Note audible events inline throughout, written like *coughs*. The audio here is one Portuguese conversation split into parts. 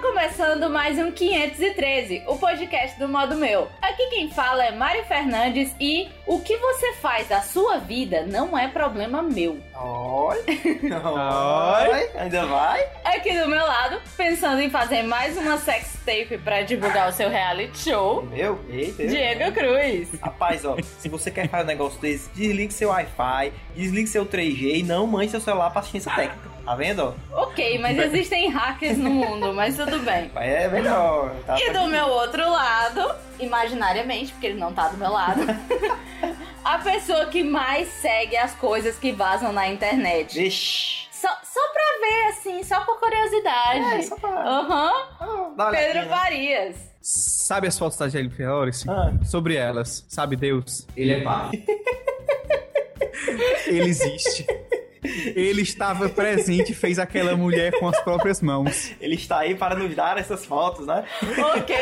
começando mais um 513, o podcast do modo meu. Aqui quem fala é Mário Fernandes e o que você faz da sua vida não é problema meu. Oi. Oi. Ainda vai? Aqui do meu lado, pensando em fazer mais uma sex tape pra divulgar o seu reality show, Meu? Eita. eu- Diego Cruz. Rapaz, ó, se você quer fazer um negócio desse, desligue seu Wi-Fi, desligue seu 3G e não mande seu celular pra assistência técnica. Tá vendo? ó? Ok, mas existem hackers no mundo, mas tudo bem. Mas é melhor. Tá, E do meu outro lado, imaginariamente, porque ele não tá do meu lado, a pessoa que mais segue as coisas que vazam na internet. Vixe. Só, só pra ver, assim, só por É, curiosidade. só pra... Aham, Dá uma Pedro olhadinha, né? *laughs* Farias. Sabe as fotos da Jennifer Lawrence? Ah, Sobre elas, sabe Deus? Ele é pai. *laughs* Ele existe. Ele estava presente e fez aquela mulher com as próprias mãos. ele está aí para nos dar essas fotos, né? Ok,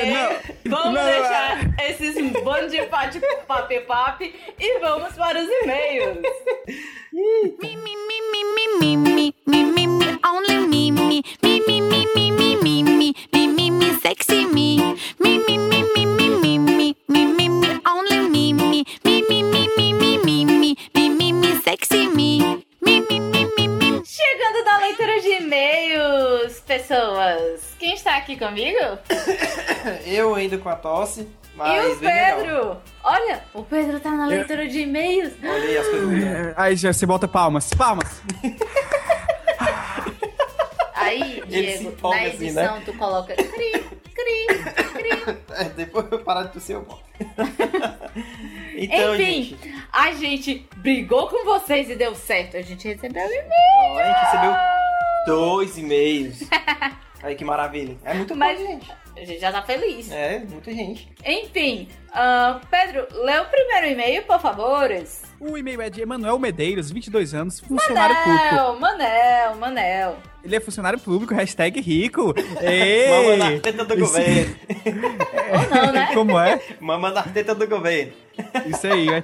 vamos não, deixar é. esses bando de pate papi papi e vamos para os e-mails. me me me me me me me me only me me me me me me me me me me me me sexy me me me me me me me me me me me only me me me me me me me me me me me me sexy me me me me me me Chegando da leitura de e-mails, pessoas. Quem está aqui comigo? Eu ainda com a tosse, mas... e o bem melhor. Pedro. Olha, o Pedro tá na leitura de e-mails. Olha aí as coisas. melhores. Aí já se bota palmas. Palmas! Aí, se Diego, empolga na assim, edição tu coloca cri, cri, cri. É, Depois eu parar de tossir, eu volto. *laughs* então, Enfim. gente... A gente brigou com vocês e deu certo. A gente recebeu e-mail. Ó, Então, a gente recebeu *laughs* dois e-mails. Aí que maravilha. É muito Mas- bom, gente. A gente já tá feliz. É, muita gente. Enfim, ah, Pedro, lê o primeiro e-mail, por favor. O e-mail é de Emanuel Medeiros, 22 anos, funcionário público. Manel, Manel, Manel. Ele é funcionário público, hashtag rico. Mama na Ei! teta do Esse- governo. Ou não, *laughs* né? Como é? Mama na teta do *laughs* governo. Isso aí, vai.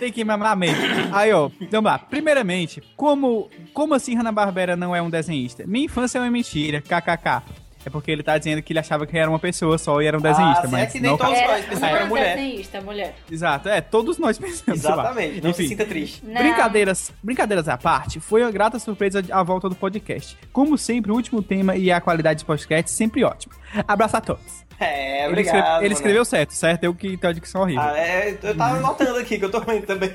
Tem que mamar mesmo. Aí, ó, vamos lá. Primeiramente, como, como assim Hanna-Barbera não é um desenhista? Minha infância é uma mentira, kkk. É porque ele tá dizendo que ele achava que era uma pessoa só e era um desenhista, Ah, se é mas que nem não... todos nós, Era pensamos que era uma mulher. desenhista, mulher. Exato, é, todos nós pensamos. sei lá. Exatamente, não se Enfim. sinta triste. Não. Brincadeiras, brincadeiras à parte, foi uma grata surpresa a volta do podcast. Como sempre, o último tema e a qualidade do podcast sempre ótimo. Abraço a todos. É, ele, escreve- obrigado. ele mano. escreveu certo, certo? Eu que tenho a dicção horrível. Ah, é, eu tava notando aqui que eu tô vendo também.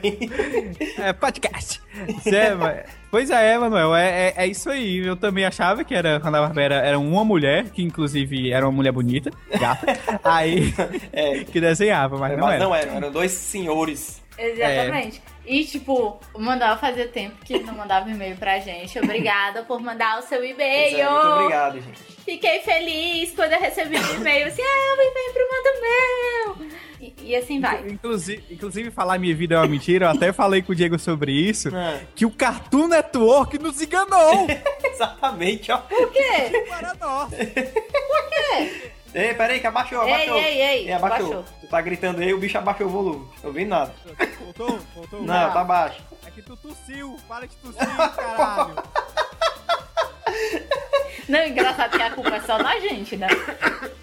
É, podcast. Cê, ma- pois é, Manuel, é, é, é isso aí. Eu também achava que era quando a Barbera era uma mulher, que inclusive era uma mulher bonita, *laughs* gata, aí É, que desenhava, *laughs* mas, mas não era. não era, eram dois senhores. Exatamente. E, tipo, o Manuel fazia tempo que não mandava e-mail pra gente. Obrigada por mandar o seu Pois e-mail. é, muito obrigado, *laughs* gente. Fiquei feliz quando eu recebi o e-mail. Assim, ah, o e-mail pro Manda Meu. E, e assim vai. Inclusive, inclusive, falar minha vida é uma mentira, eu até falei com o Diego sobre isso, Ah, que o Cartoon Network nos enganou! exatamente, ó. Por quê? Para nós! Ei, peraí, que abaixou, *laughs* ei, abaixou. ei, ei. Ei, abaixou. Tu tá gritando aí, o bicho abaixou o volume. Não ouvi nada. Voltou? Voltou? Não, Não. tá baixo. É que tu tossiu, para de tossir, caralho! Não, engraçado que a culpa é só da gente, né?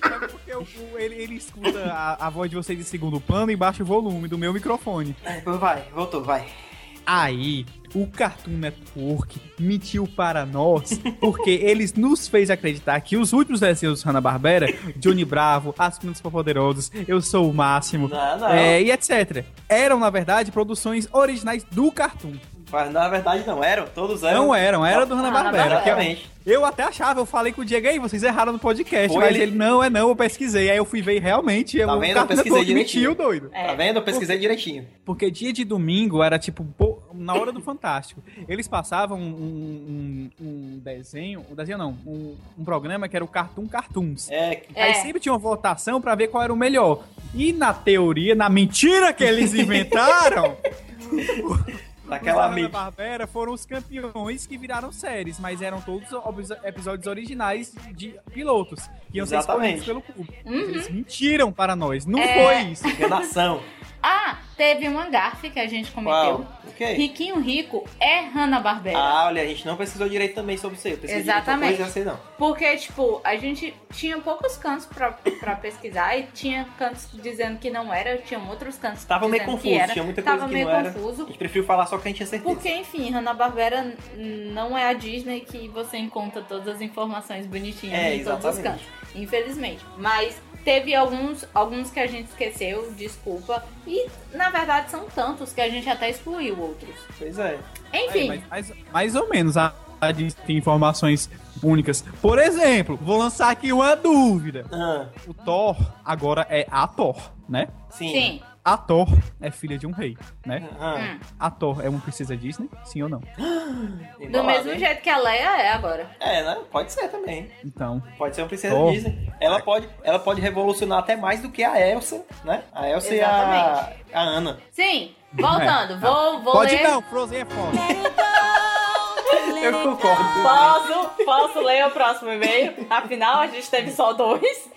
É porque o- o- ele, ele escuta a, a voz de vocês em segundo plano e baixa o volume do meu microfone. Vai, voltou, vai. Aí, o Cartoon Network mentiu para nós, porque *laughs* eles nos fez acreditar que os últimos desenhos do Hanna-Barbera, Johnny Bravo, As Meninas Poderosas, Eu Sou o Máximo, Não, não. é, e etc. Eram, na verdade, produções originais do Cartoon. Mas na verdade não eram, todos eram. Não eram, era do Hanna-Barbera. Hanna-Barbera. que eu- Exatamente. eu até achava, eu falei com o Diego aí, vocês erraram no podcast, Foi mas ele- ele... não, é não, eu pesquisei. Aí eu fui ver e realmente, Tá o vendo? Eu Cartoon pesquisei Network mentiu, doido. É. Tá vendo? Eu pesquisei direitinho. Porque dia de domingo era tipo bo- na hora do Fantástico. Eles passavam um, um- um desenho, um desenho não, um, um programa que era o Cartoon Cartoons. É, É. Aí sempre tinha uma votação pra ver qual era o melhor. E na teoria, na mentira que eles inventaram, naquela os da mídia. Barbera foram os campeões que viraram séries, mas eram todos obs- episódios originais de pilotos que iam Exatamente. ser escolhidos pelo público. Eles mentiram para nós, não É. *laughs* foi isso. Enganação. Ah, Teve uma garfe é que a gente cometeu. O quê? Riquinho Rico é Hanna-Barbera. Ah, olha, a gente não pesquisou direito também sobre isso aí. Eu pesquisei Exatamente. Depois, já sei não. Porque, tipo, a gente tinha poucos cantos pra, pra pesquisar e tinha cantos dizendo que não era, tinha outros cantos Tava meio dizendo confuso, que era. tinha muita coisa Tava que meio não era. confuso. A gente preferiu falar só que a gente tinha certeza. Porque, enfim, Hanna-Barbera n- não é a Disney que você encontra todas as informações bonitinhas É, em todos os exatamente. cantos. Infelizmente. Mas teve alguns, alguns que a gente esqueceu, desculpa. E, na verdade, são tantos que a gente até excluiu outros. Pois é. Enfim, Mas mais, mais ou menos a, a de ter informações únicas. Por exemplo, vou lançar aqui uma dúvida. Ah, O Thor agora é ator, né? sim. sim. Ator é filha de um rei, né? Ah, Hum. Ator é uma princesa Disney, sim ou não? Do embolado, mesmo hein? jeito que a Leia é agora. É, né? Pode ser também. Então, Pode ser uma princesa Oh. Disney. Ela pode, ela pode revolucionar até mais do que a Elsa, né? A Elsa e a, a Ana. *laughs* Sim, voltando, É, tá. vou, vou pode ler. não, Frozen é foda. Eu concordo. Posso, posso ler o próximo e-mail? Afinal, a gente teve só dois.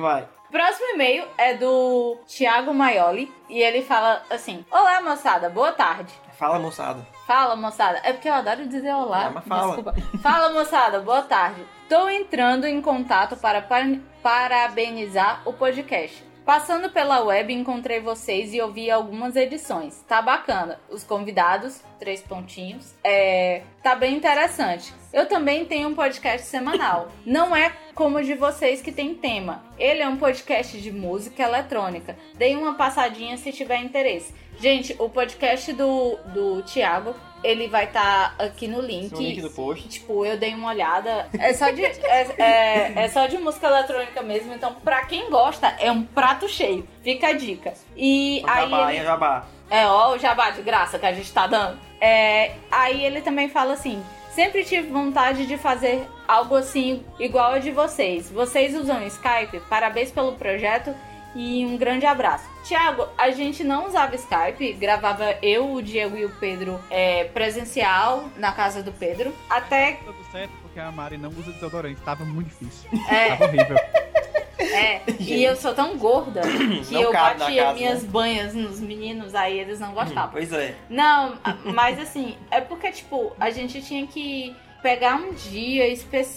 Vai. Próximo e-mail é do Thiago Maioli e ele fala assim: Olá, moçada, boa tarde. Fala, moçada. Fala, moçada. É porque eu adoro dizer olá. Não, É, mas fala. Desculpa. Fala, moçada. Boa tarde. Tô entrando em contato para par- parabenizar o podcast. Passando pela web, encontrei vocês e ouvi algumas edições. Tá bacana. Os convidados, três pontinhos. É, tá bem interessante. Eu também tenho um podcast semanal. Não é como o de vocês que tem tema. Ele é um podcast de música eletrônica. Deem uma passadinha se tiver interesse. Gente, o podcast do, do Thiago, ele vai estar aqui no link. No é link do post. Tipo, eu dei uma olhada. É só, de, é, é- é só de música eletrônica mesmo. Então, pra quem gosta, é um prato cheio. Fica a dica. E aí. Jabá, ele- hein, Jabá. é, ó, o jabá de graça que a gente tá dando. É, aí ele também fala assim: sempre tive vontade de fazer algo assim, igual a de vocês. Vocês usam Skype, parabéns pelo projeto e um grande abraço. Tiago, a gente não usava Skype, gravava eu, o Diego e o Pedro é, presencial na casa do Pedro. Até. Tudo certo, porque a Mari não usa desodorante, tava muito difícil. É, Tava horrível. *laughs* é. e eu sou tão gorda que Não eu cabe na batia casa, minhas né? banhas nos meninos, aí eles não gostavam. Hum, Pois é. Não, a- mas assim, é porque, tipo, a gente tinha que pegar um dia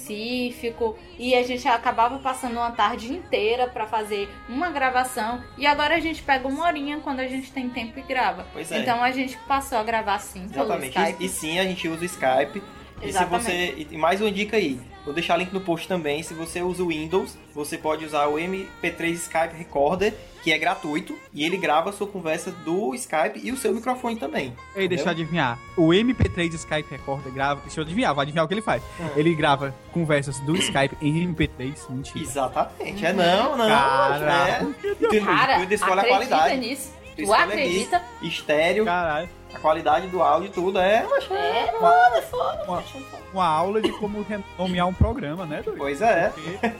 específico e a gente acabava passando uma tarde inteira pra fazer uma gravação e agora a gente pega uma horinha quando a gente tem tempo e grava. Pois é. Então a gente passou a gravar assim pelo Exatamente. E, Skype. e sim, a gente usa o Skype. E se Exatamente. você. E mais uma dica aí. Vou deixar link no post também. Se você usa o Windows, você pode usar o MP3 Skype Recorder, que é gratuito, e ele grava a sua conversa do Skype e o seu microfone também. Ei, deixa eu adivinhar. O MP3 de Skype Recorder grava. Deixa eu adivinhar, vou adivinhar o que ele faz. Ah. Ele grava conversas do Skype em MP3. Mentira. Exatamente. É não, não. Cara. É. E tu, Uhum. Cara, tu escolhe a acredita qualidade. nisso? Tu Tu escolhe acredita? Estéreo, Caralho. a qualidade do áudio e tudo é. É, Uma, foda. uma aula de como renomear um programa, né, doido? Pois é. Porque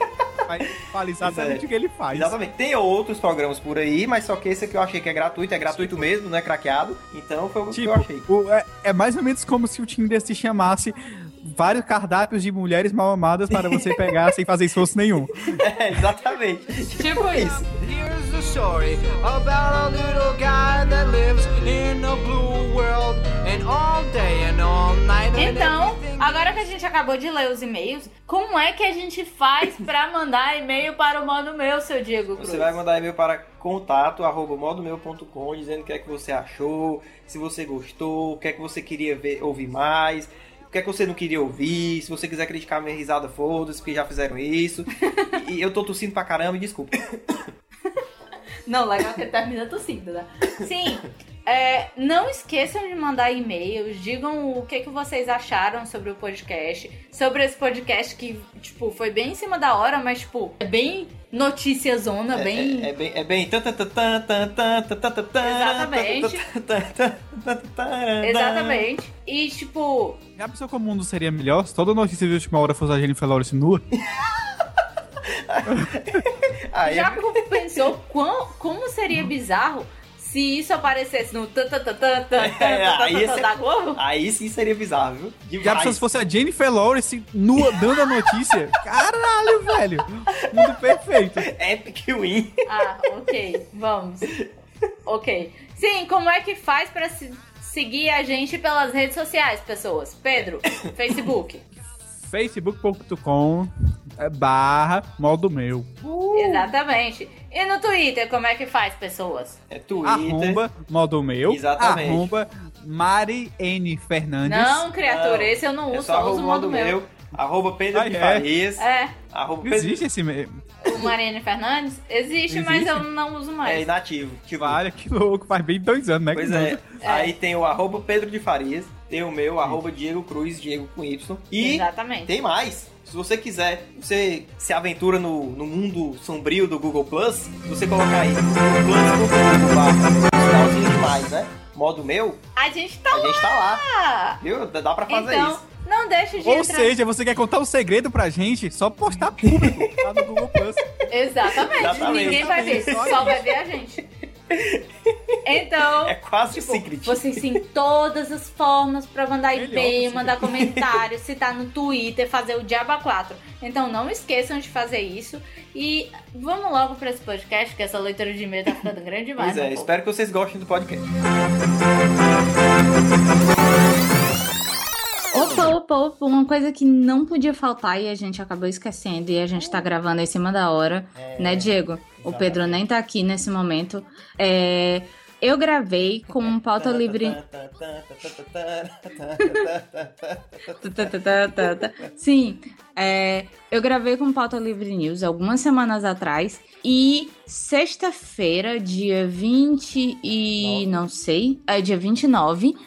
Vai falar exatamente Pois é. o que ele faz. Exatamente. Tem outros programas por aí, mas só que esse aqui eu achei que é gratuito, é gratuito mesmo, não é craqueado. Então foi o que Tipo, eu achei. o- é, é mais ou menos como se o Tinder se chamasse vários cardápios de mulheres mal amadas para você pegar sem fazer esforço nenhum. *laughs* É, exatamente. Tipo isso. Here's the story about a little guy that lives in a blue world, and all day and all night. and Então, everything agora que a gente acabou de ler os e-mails, como é que a gente faz pra mandar e-mail para o Mano Meu, seu Diego Cruz? Você vai mandar e-mail para contato arroba modomeu.com dizendo o que é que você achou, se você gostou, o que é que você queria ver, ouvir mais, o que é que você não queria ouvir, se você quiser criticar minha risada, foda-se, porque já fizeram *laughs* isso. e eu tô tossindo pra caramba, desculpa. Não, legal que ele termina tossindo, né? Sim. é, não esqueçam de mandar e-mails, digam o que, que vocês acharam sobre o podcast, sobre esse podcast que, tipo, foi bem em cima da hora, mas, tipo, é bem notícia zona, bem... É bem. É bem. Exatamente. é Exatamente. E, tipo, Já pensou que o mundo seria melhor se toda notícia de última hora fosse a Jennifer Lawrence nua? Aí é Já *laughs* pensou quão, como seria bizarro se isso aparecesse no tan, tan, tan, tan, tan, *laughs* É, tan, aí tan, esse- tan da Globo? Aí sim seria bizarro, viu? Já Demais. *laughs* pensou se fosse a Jennifer Lawrence nua dando a *laughs* notícia? Caralho, velho! Mundo perfeito. Epic Win. Ah, ok, vamos. Ok. Sim, como é que faz pra se- seguir a gente pelas redes sociais, pessoas? Pedro, *coughs* Facebook. facebook.com eh, barra modo meu. Uh. Exatamente. E no Twitter, como é que faz, pessoas? É Twitter. Arromba modo meu. Exatamente. Arromba Mari N. Fernandes. Não, criatura, Não. esse eu não é uso, só Um só arroba uso o modo meu. Arroba Pedro Ah, de é? Farias. É, Arroba Pedro. Existe esse meio. o Mariane Fernandes existe, mas Existe? eu não uso É mais. inativo. Tipo, Vale, que louco. Faz bem dois anos, né? Pois que é. Aí tem o arroba Pedro de Farias, tem o meu, arroba Diego Cruz, Diego com Y. E Exatamente. tem mais. Se você quiser, você se aventura no, no mundo sombrio do Google Plus, se você colocar aí Google Plus, sinalzinho demais, né? Modo meu, A gente tá a gente tá lá, lá! viu? Dá dá pra fazer Então, isso. não deixe de Ou entrar. seja, você quer contar o segredo pra gente? Só postar público lá no Google Plus. Exatamente. Exatamente. Ninguém vai ver, só vai ver a *laughs* gente. Então, É quase Tipo, secret. Vocês têm todas as formas pra mandar IP, Melhor possível. mandar comentário, citar no Twitter, fazer o Diaba 4. Então não esqueçam de fazer isso. E vamos logo pra esse podcast, que essa leitura de e-mail tá ficando grande demais. Pois é, né, pô? espero que vocês gostem do podcast. Opa, opa, opa, uma coisa que não podia faltar e a gente acabou esquecendo e a gente tá gravando em cima da hora, É, né, Diego? O Pedro nem tá aqui nesse momento. É, Eu gravei com um pauta livre *laughs* Tá, tá, tá, tá, tá. Sim, é, eu gravei com Pauta Livre News algumas semanas atrás e sexta-feira, dia 20 e não sei, é dia 29 De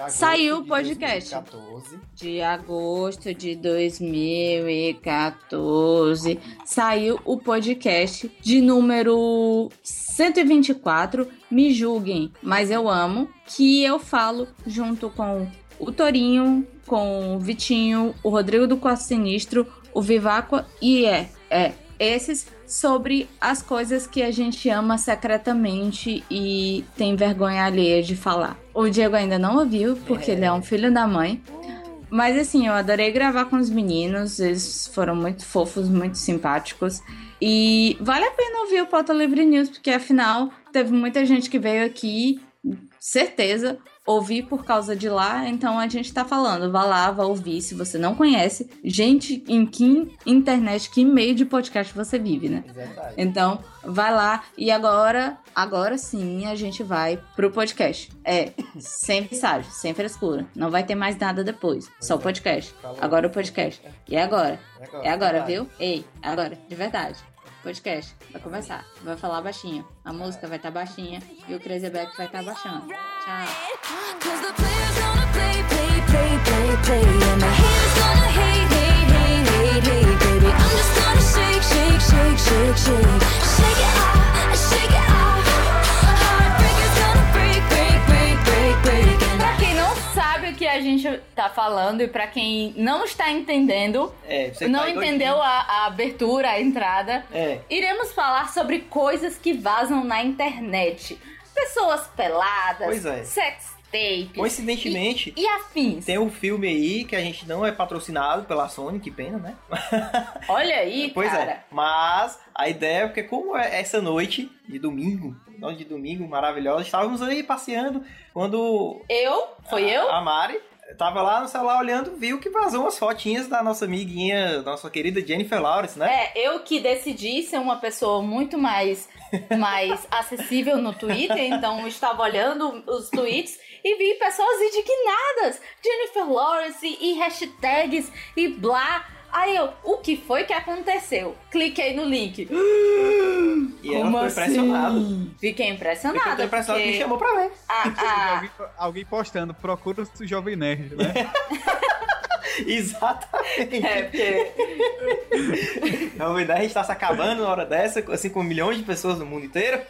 agosto Saiu o de podcast. 2014. de agosto de 2014 saiu o podcast de número 124, Me Julguem, Mas Eu Amo, que eu falo junto com o Torinho, com o Vitinho, o Rodrigo do Quarto Sinistro, o Viváqua e é, é, esses sobre as coisas que a gente ama secretamente e tem vergonha alheia de falar. O Diego ainda não ouviu, porque ele é um filho da mãe. Mas assim, eu adorei gravar com os meninos, eles foram muito fofos, muito simpáticos. E vale a pena ouvir o Pauta Livre News, porque afinal teve muita gente que veio aqui, certeza, ouvir por causa de lá, então a gente tá falando, vá lá, vá ouvir, se você não conhece, gente, em que internet, que meio de podcast você vive, né? Exatamente. Então, vai lá e agora, agora sim a gente vai pro podcast. É, sem mensagem, sem frescura. Não vai ter mais nada depois, só o é. podcast. Falou. Agora o podcast. E agora? É Tá agora, É agora, vai. viu? Ei, agora, de verdade. Podcast vai começar. Vai falar baixinho. A música vai estar baixinha e o Crazy Back vai estar baixando. Tchau. Cause the player's gonna play, play, play, play, play. And my haters gonna hate, hate, hate, hate, hate, baby. I'm just gonna shake, shake, shake, shake, shake. Shake it out, shake it out. Heartbreaker's gonna break, break, break, break, break. And I Pra quem não sabe o que a gente tá falando e pra quem não está entendendo, É, você não tá aí doidinho. entendeu a, a abertura, a entrada, É. Iremos falar sobre coisas que vazam na internet. Pessoas peladas, Pois é. sex tape Coincidentemente, e afins. tem um filme aí que a gente não é patrocinado pela Sony, que pena, né? Olha aí, pois é. cara. Mas a ideia é porque como é essa noite de domingo, noite de domingo maravilhosa, estávamos aí passeando quando Eu? Foi a, eu? a Mari tava lá no celular olhando, viu que vazou umas fotinhas da nossa amiguinha, nossa querida Jennifer Lawrence, né? É, eu que decidi ser uma pessoa muito mais, mais acessível no Twitter, então estava olhando os tweets e vi pessoas indignadas. Jennifer Lawrence e hashtags e blá. Aí eu, o que foi que aconteceu? Cliquei no link. e ela ficou impressionada. Fiquei Eu impressionada. fiquei impressionado que me assim? porque chamou pra ver. *laughs* a- a- Alguém, alguém postando, procura o Jovem Nerd, né? *laughs* *laughs* Exatamente. É, porque Realmente a gente tá se acabando na hora dessa, assim com milhões de pessoas no mundo inteiro.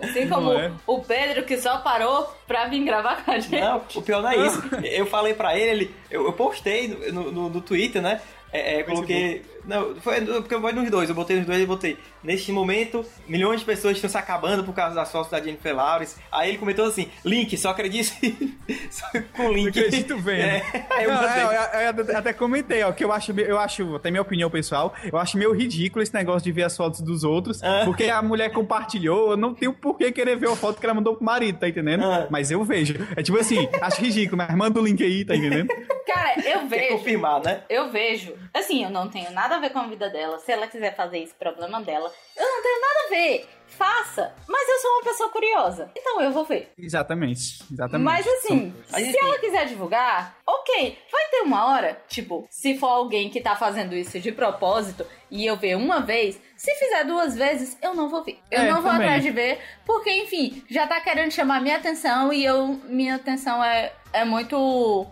assim Não como é? o Pedro que só parou pra vir gravar com a gente. Não, o pior não é isso. Eu falei pra ele, ele eu, eu postei no, no, no- no Twitter, né? É, é, coloquei Não, foi porque eu vou nos dois, eu botei nos dois e botei. Neste momento, milhões de pessoas estão se acabando por causa das fotos da Jennifer Lawrence. Aí ele comentou assim: Link, só acredite *laughs* só com Link. acredito vendo. É, aí eu Não, botei. é, eu- eu- eu até comentei, ó, que eu acho, eu acho, até minha opinião pessoal, eu acho meio ridículo esse negócio de ver as fotos dos outros, Ah. porque a mulher compartilhou, eu não tenho por que querer ver a foto que ela mandou pro marido, tá entendendo? Ah. Mas eu vejo. É tipo assim, acho ridículo, mas manda o link aí, tá entendendo? Cara, eu Quer é, vejo. confirmar, né? Eu vejo. Assim, eu não tenho nada a ver com a vida dela. Se ela quiser fazer isso, problema dela. Eu não tenho nada a ver. Faça. Mas eu sou uma pessoa curiosa. Então eu vou ver. exatamente, exatamente. Mas assim, Mas, se enfim. ela quiser divulgar, ok. Vai ter uma hora, tipo, se for alguém que tá fazendo isso de propósito e eu ver uma vez, se fizer duas vezes, eu não vou ver. Eu É, não vou também. atrás de ver, porque enfim, já tá querendo chamar minha atenção e eu minha atenção é é muito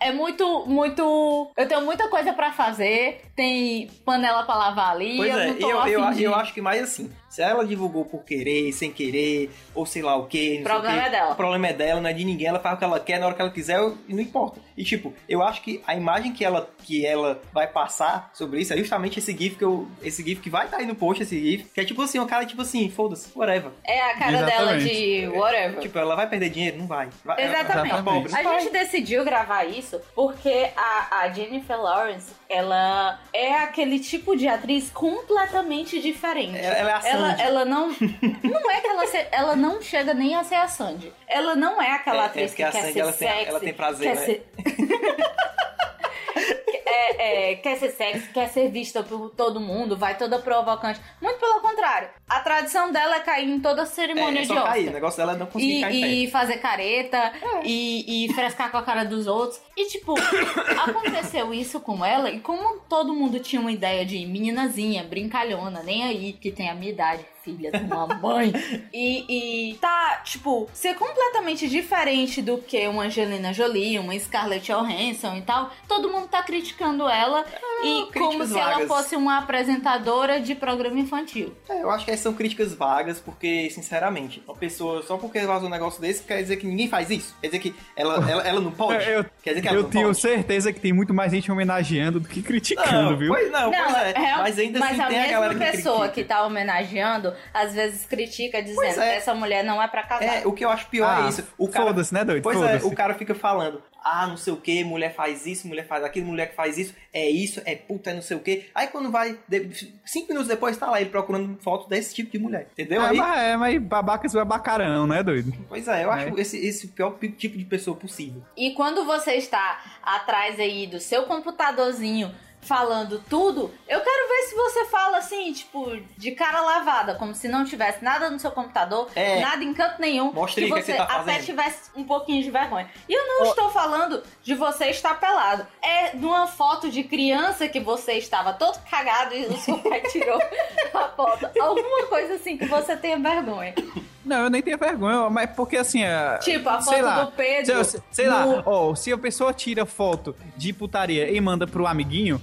é muito, muito. Eu tenho muita coisa pra fazer. Tem panela pra lavar ali. Pois eu é, não tô eu, afim eu, de... eu acho que mais assim, se ela divulgou por querer, sem querer, ou sei lá o que, não Problema sei o quê, é dela. O problema é dela, não é de ninguém, ela faz o que ela quer na hora que ela quiser e não importa. E tipo, eu acho que a imagem que ela, que ela vai passar sobre isso é justamente esse GIF que eu. Esse GIF que vai estar aí no post, esse GIF, que é tipo assim, o cara tipo assim, foda-se, whatever. É a cara dela de whatever. Tipo, ela vai perder dinheiro? Não vai. vai Exatamente. ela tá pobre, não A vai. gente decidiu gravar isso porque a, a Jennifer Lawrence, ela é aquele tipo de atriz completamente diferente. Ela- ela é a ela, Sandy. ela *laughs* não. Não é que ela se- ela não chega nem a ser a Sandy. Ela não é aquela É, é atriz porque que a quer Sandy, ser ela tem- sexy. ela tem prazer, quer né? ser- *laughs* É, é, quer ser sexy, quer ser vista por todo mundo, vai toda provocante. Muito pelo contrário. A tradição dela é cair em toda cerimônia É, é de só Oscar. cair, o negócio dela é não conseguir cair em pé. É. E, e fazer careta e, e frescar com a cara dos outros. E tipo, *coughs* aconteceu isso com ela, e como todo mundo tinha uma ideia de meninazinha, brincalhona, nem aí, que tem a minha idade, filha de *laughs* uma mãe. E, e tá, tipo, ser completamente diferente do que uma Angelina Jolie, uma Scarlett Johansson e tal, todo mundo tá criticando ela e críticas como se ela vagas. fosse uma apresentadora de programa infantil. É, eu acho que essas são críticas vagas, porque, sinceramente, uma pessoa só porque vazou um negócio desse quer dizer que ninguém faz isso. Quer dizer que ela, *laughs* ela, ela não pode. É, eu- quer dizer que ela eu não tenho pode. certeza que tem muito mais gente homenageando do que criticando, Não, viu? pois não, pois é. real- Mas ainda mas assim a tem a mesma galera que pessoa que, critica. tá homenageando, às vezes critica dizendo é. que essa mulher não é pra casar. É, o que eu acho pior Ah, é isso. O cara... Foda-se, né, doido? Pois é, Foda-se. o cara fica falando, ah, não sei o que, mulher faz isso, mulher faz aquilo, mulher que faz isso, é isso, é puta, é não sei o que. Aí quando vai, de- cinco minutos depois tá lá ele procurando foto desse tipo de mulher, entendeu? Ah, Aí- mas, é, mas babacas babacarão, né, doido? Pois é, eu É. acho esse, esse o pior tipo de pessoa possível. E quando você está atrás aí do seu computadorzinho falando tudo, eu quero ver se você fala assim, tipo, de cara lavada, como se não tivesse nada no seu computador, É. nada em canto nenhum, Mostra que aí o que você você tá até fazendo. tivesse um pouquinho de vergonha. E eu não estou falando de você estar pelado. É de uma foto de criança que você estava todo cagado e o seu *laughs* pai tirou a foto. Alguma coisa assim que você tenha vergonha. Não, eu nem tenho vergonha, mas porque assim. é- Tipo, a sei foto lá, do Pedro Se- se- sei lá, ó, se a pessoa tira foto de putaria e manda pro amiguinho,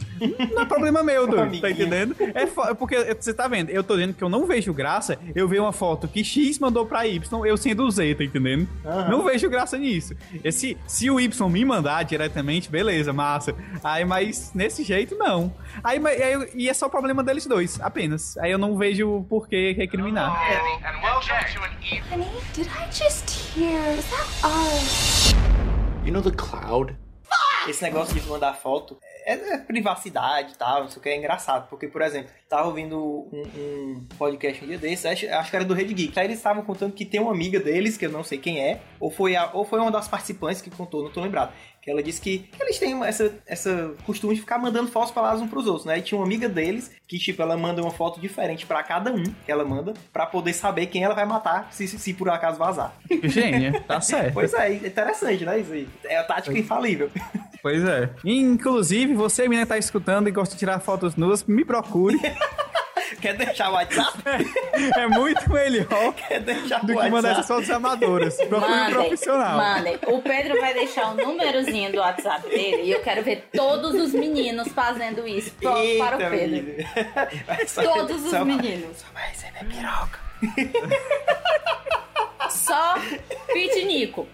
não é problema meu, doido. amiguinho. Tá entendendo? É fo- porque eu- você tá vendo, eu tô dizendo que eu não vejo graça, eu vejo uma foto que X mandou pra Y, eu sendo Z, tá entendendo? Aham. Não vejo graça nisso. Esse, se o Y me mandar diretamente, beleza, massa. Aí, mas nesse jeito, não. Aí, mas- aí eu- e é só problema deles dois, apenas. Aí eu não vejo por que recriminar. And welcome to an evening. Honey, did I just hear? Is that ours? You know the cloud? Esse negócio de mandar foto é, é privacidade e tal, não sei o que, é engraçado. Porque, por exemplo, tava ouvindo um, um podcast um dia desses, acho, acho que era do Rede Geek. Aí eles estavam contando que tem uma amiga deles, que eu não sei quem é, ou foi, a- ou foi uma das participantes que contou, não tô lembrado. Que ela disse que, que eles têm uma- essa, essa costume de ficar mandando fotos pra uns pros outros, né? E tinha uma amiga deles que, tipo, ela manda uma foto diferente pra cada um que ela manda, pra poder saber quem ela vai matar se, se- se por acaso vazar. Gênia, tá certo. Pois é, interessante, né? Isso aí. É a tática infalível. *laughs* Pois é. Inclusive, você, menina, que tá escutando e gosta de tirar fotos nuas, me procure. Quer deixar o WhatsApp? É muito melhor Quer deixar do o que mandar essas WhatsApp? fotos amadoras. Procure um Mandem, profissional. mandem. O Pedro vai deixar o númerozinho do WhatsApp dele e eu quero ver todos os meninos fazendo isso pro- para o Eita, Pedro. menino. *laughs* Vai só- Todos os só- meninos. Só vai né? receber piroca. Só Pitinico.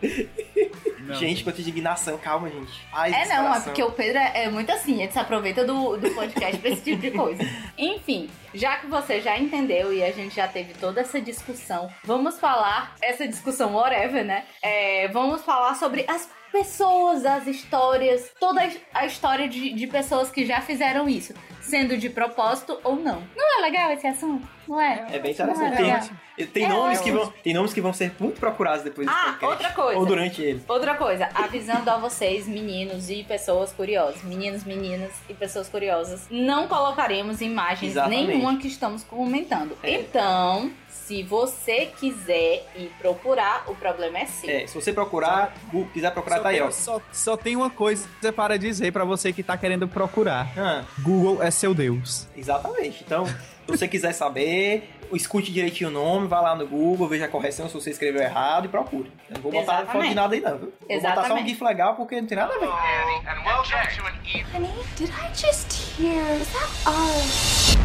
Não. gente, quanta indignação, calma, gente. Ai, É não, é desesperação. porque o Pedro é é muito assim, ele se aproveita do, do podcast pra esse tipo de coisa. Enfim, já que você já entendeu e a gente já teve toda essa discussão, vamos falar, essa discussão whatever, né? É, vamos falar sobre as pessoas, as histórias, toda a história de, de pessoas que já fizeram isso, sendo de propósito ou não. Não é legal esse assunto? Não é? É bem Não é interessante. legal. Tem, um- tem É, nomes é que vão, tem nomes que vão ser muito procurados depois desse Ah, podcast. outra coisa. Ou durante ele. Outra coisa, avisando a vocês, meninos e pessoas curiosas, meninos, meninas e pessoas curiosas, não colocaremos imagens Exatamente. nenhuma que estamos comentando. É. Então, se você quiser ir procurar, o problema é seu. É, se você procurar, Gu- quiser procurar, Só tá aí, ó. tem- Só, só tem uma coisa para dizer pra você que tá querendo procurar. Ah, Google é seu Deus. exatamente. Então, se você quiser saber, escute direitinho o nome, vá lá no Google, veja a correção se você escreveu errado e procure. Eu não vou botar Exatamente. foto de nada aí, não. viu? Vou botar só um Exatamente. gif legal porque não tem nada a ver. Annie, and well checked to an even. Honey, did I just hear? Is that us?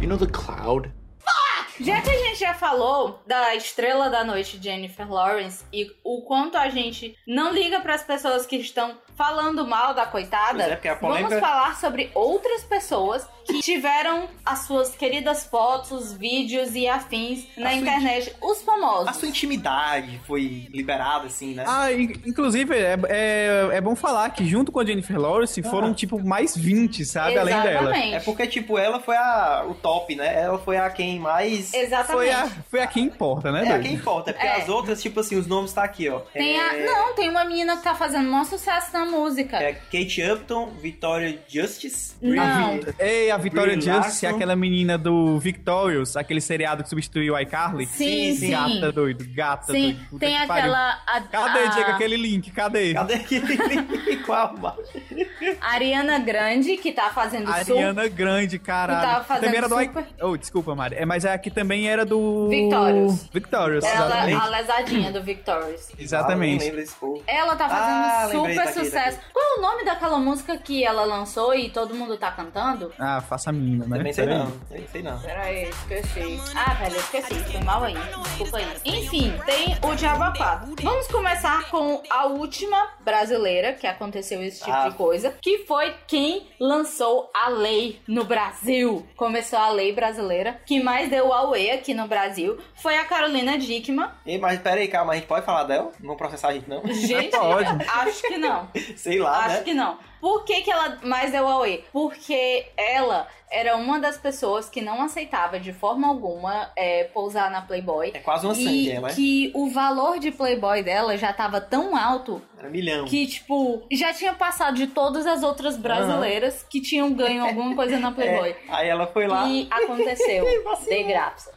You know the cloud? Já que a gente já falou da estrela da noite, Jennifer Lawrence, e o quanto a gente não liga pras pessoas que estão falando mal da coitada, Pois é, porque a polêmica- vamos falar sobre outras pessoas que tiveram as suas queridas fotos, vídeos e afins na sua internet, os A famosos. sua intimidade foi liberada, assim, né? Ah, in- inclusive, é, é, é bom falar que junto com a Jennifer Lawrence foram, tipo, mais 20, sabe? Além dela. Exatamente. É porque, tipo, ela foi a, o top, né? Ela foi a quem mais. Foi Exatamente. a, foi a que importa, né, É a doido? quem importa. É porque É. as outras, tipo assim, os nomes tá aqui, ó. Tem a... É- Não, tem uma menina que tá fazendo um maior sucesso na música. É Kate Upton, Victoria Justice. Não. Brie- Ei, a Victoria Brie Justice, Larson. aquela menina do Victorious, aquele seriado que substituiu o iCarly. Sim, sim. Gata, doido. Gata, Sim, doido. Puta tem que pariu. aquela. a- Cadê, a- Diego, aquele link? Cadê? Cadê aquele *laughs* qual? Ariana Grande, que tá fazendo super Ariana Grande, caralho. Que tava fazendo também era do super- I- Oh, desculpa, Mari. É, mas é a que também era do. Victorious. Victorious, Ela, exatamente. a lesadinha do Victorious. Exatamente. Ah, eu não lembro desse povo. Ela tá fazendo Ah, super lembrei daqui, sucesso. Qual é o nome daquela música que ela lançou e todo mundo tá cantando? Ah, faça a menina, né? Também sei Peraí. não. Também sei não. Peraí, esqueci. Ah, velho, eu esqueci. Foi mal aí. Desculpa aí. Enfim, tem o Diabo a Quatro. Vamos começar com a última brasileira que aconteceu esse tipo Ah. de coisa, que foi quem lançou a lei no Brasil. Começou a lei brasileira, que mais deu auê aqui no Brasil, foi a Carolina *laughs* Dickman. Ei, mas peraí, calma, a gente pode falar dela? Não vão processar a gente, não? *laughs* Gente, pode. acho que não. Sei lá, Acho né? que não. Por que, que ela mais deu away? Porque ela era uma das pessoas que não aceitava de forma alguma é, pousar na Playboy. É quase uma sangue, E ela, né? que o valor de Playboy dela já tava tão alto Era um milhão. que, tipo, já tinha passado de todas as outras brasileiras que tinham ganho alguma coisa *laughs* na Playboy. É, aí ela foi lá. É, Ah. E *laughs* aconteceu de graça.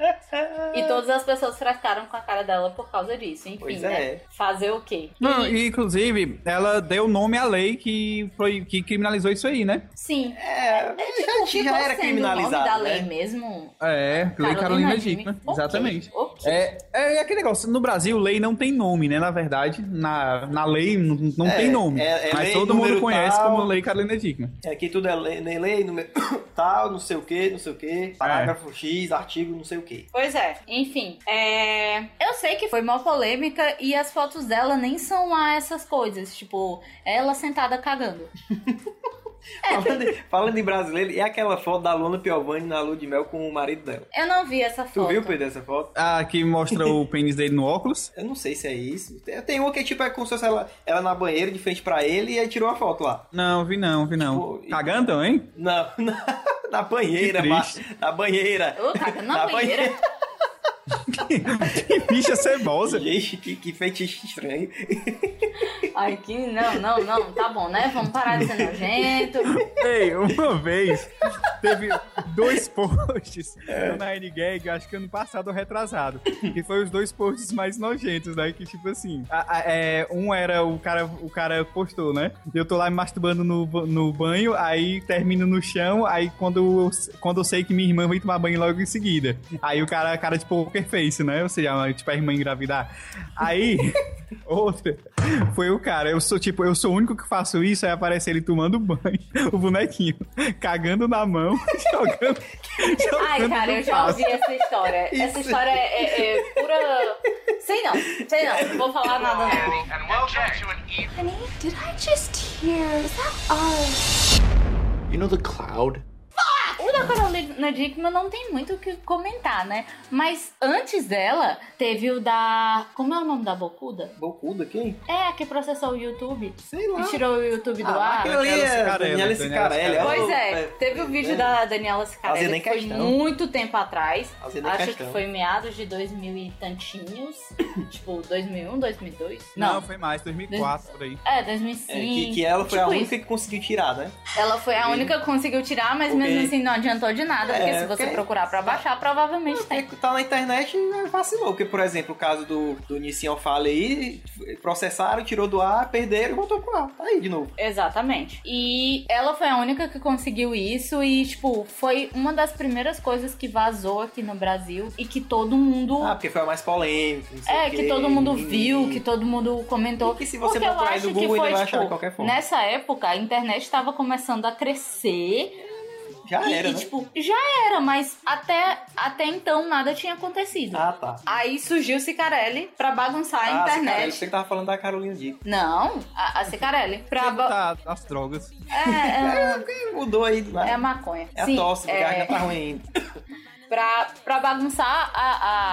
E todas as pessoas frascaram com a cara dela por causa disso. Enfim, Pois né? é. Fazer o quê? Não, e, inclusive, ela deu nome à lei que, foi, que criminalizou isso aí, né? Sim. É, já, tipo, Ficou já era sendo o nome da criminalizado, lei né? mesmo É, Lei Carolina Dickman. Dickman. Exatamente. Ok. É, é aquele negócio, no Brasil, lei não tem nome, né? Na verdade, na, na lei não, não É, tem nome. é- é mas lei, todo mundo número conhece tal. como Lei Carolina Dickman. É, Aqui tudo é lei, nem lei, número *coughs* tal, não sei o que, não sei o que, parágrafo X, artigo, não sei o que. Pois é, enfim. é, Eu sei que foi uma polêmica e as fotos dela nem são lá essas coisas. Tipo, ela sentada cagando. *laughs* Falando, em- falando em brasileiro, é aquela foto da Luna Piovani na lua de mel com o marido dela. Eu não vi essa Tu foto. viu, Pedro, essa foto? Ah, que mostra *laughs* o pênis dele no óculos. Eu não sei se é isso. Tem, tem uma que é tipo, é como se fosse ela, ela na banheira, de frente pra ele, e aí tirou a foto lá. Não, vi não, vi não. Tipo, e- Cagando *laughs* também? Não, na, *laughs* na banheira, Que mas Na banheira. Ô, cagando *laughs* na banheira. que bicha cebosa. Gente, que, que fetiche estranho. Ai, que não, não, não. Tá bom, né? Vamos parar de ser *laughs* nojento. Ei, uma vez teve dois *laughs* posts na NGag, acho que ano passado ou retrasado. E foi os dois posts mais nojentos, né? Que tipo assim, a- a- é, um era o cara, o cara postou, né? Eu tô lá me masturbando no, ba- no banho, aí termino no chão, aí quando, eu- quando eu sei que minha irmã vai tomar banho logo em seguida. Aí *laughs* o cara, cara de poker face, né? Ou seja, tipo, a irmã engravidar. Aí. Outra foi o cara. Eu sou tipo, eu sou o único que faço isso. Aí aparece ele tomando banho, *laughs* o bonequinho, cagando na mão, *laughs* jogando. Ai, jogando cara, no eu já vaso. ouvi essa história. Essa Isso. história é, é- é pura. Sei não, sei não, não vou falar nada não. Andy, and welcome to an even. Honey, did I just hear? Is that ours? You know the cloud? O da Carolina Dickman não tem muito o que comentar, né? Mas antes dela, teve o da. Como é o nome da Bocuda? Bocuda, quem? É, a que processou o YouTube. Sei lá. E tirou o YouTube do Ah, ar. aquele ali Daniela é Cicarelli, Daniela Daniela Cicarelli. Cicarelli. Pois é, Ah, teve o vídeo é. da Daniela Fazia Scarelli nem que foi questão. muito tempo atrás. Fazia nem é. Acho que questão. foi meados de 2000 e *coughs* tantinhos. tipo, 2001, 2002? Não, Não. foi mais, 2004 por aí. É, 2005. É, que, que ela foi a tipo única que conseguiu tirar, né? isso. Ela foi a única que conseguiu tirar, mas Porque- mesmo assim não adiantou de nada, porque É, se você porque- procurar pra baixar, provavelmente É tem. que tá na internet é, vacilou. Porque, por exemplo, o caso do, do Nissan Fale aí, processaram, tirou do ar, perderam e voltou pro ar. Tá aí de novo. Exatamente. E ela foi a única que conseguiu isso e, tipo, foi uma das primeiras coisas que vazou aqui no Brasil e que todo mundo Ah, porque foi a mais polêmica. não sei É, o que quê. todo mundo viu, que todo mundo comentou. E que se você Porque eu procurar aí acho no que Google, foi, ele vai tipo, achar de qualquer forma. Nessa época, a internet estava começando a crescer. Já e, era, e, né? tipo, já era, mas até, até então nada tinha acontecido. Ah, tá. Aí surgiu Cicarelli pra bagunçar a ah, Cicarelli, internet. você que tava falando da Carolina Dick. Não, a, a Cicarelli. Pra ba... Tá, as drogas. é, É, porque mudou aí. é, é a né? maconha. É a Sim, tosse, porque é, ainda tá ruim ainda. pra, pra bagunçar a,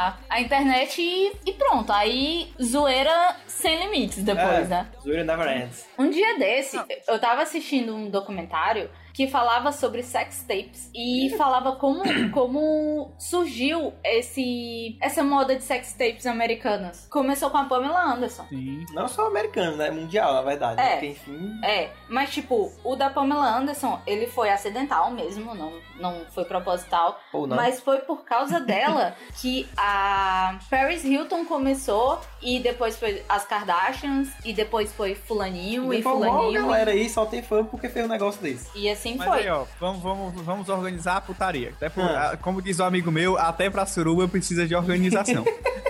a, a internet e, e pronto. Aí zoeira sem limites depois, É, né? Zoeira never ends. Um dia desse, eu tava assistindo um documentário que falava sobre sex tapes e falava como, como surgiu esse essa moda de sex tapes americanas. Começou com a Pamela Anderson. Sim. Não só americano, né? Mundial, na verdade. É. né? Porque, enfim. É, mas tipo, o da Pamela Anderson, ele foi acidental mesmo, não, não foi proposital. Ou né? não. Mas foi por causa *laughs* dela que a Paris Hilton começou e depois foi as Kardashians e depois foi fulaninho e, E foi uma fulaninho. galera aí só tem fã porque fez um negócio desse. *laughs* E assim Mas foi. aí, ó, vamos, vamos, vamos organizar a putaria. Até por- Ah. a- como diz um amigo meu, até pra suruba precisa de *laughs* organização.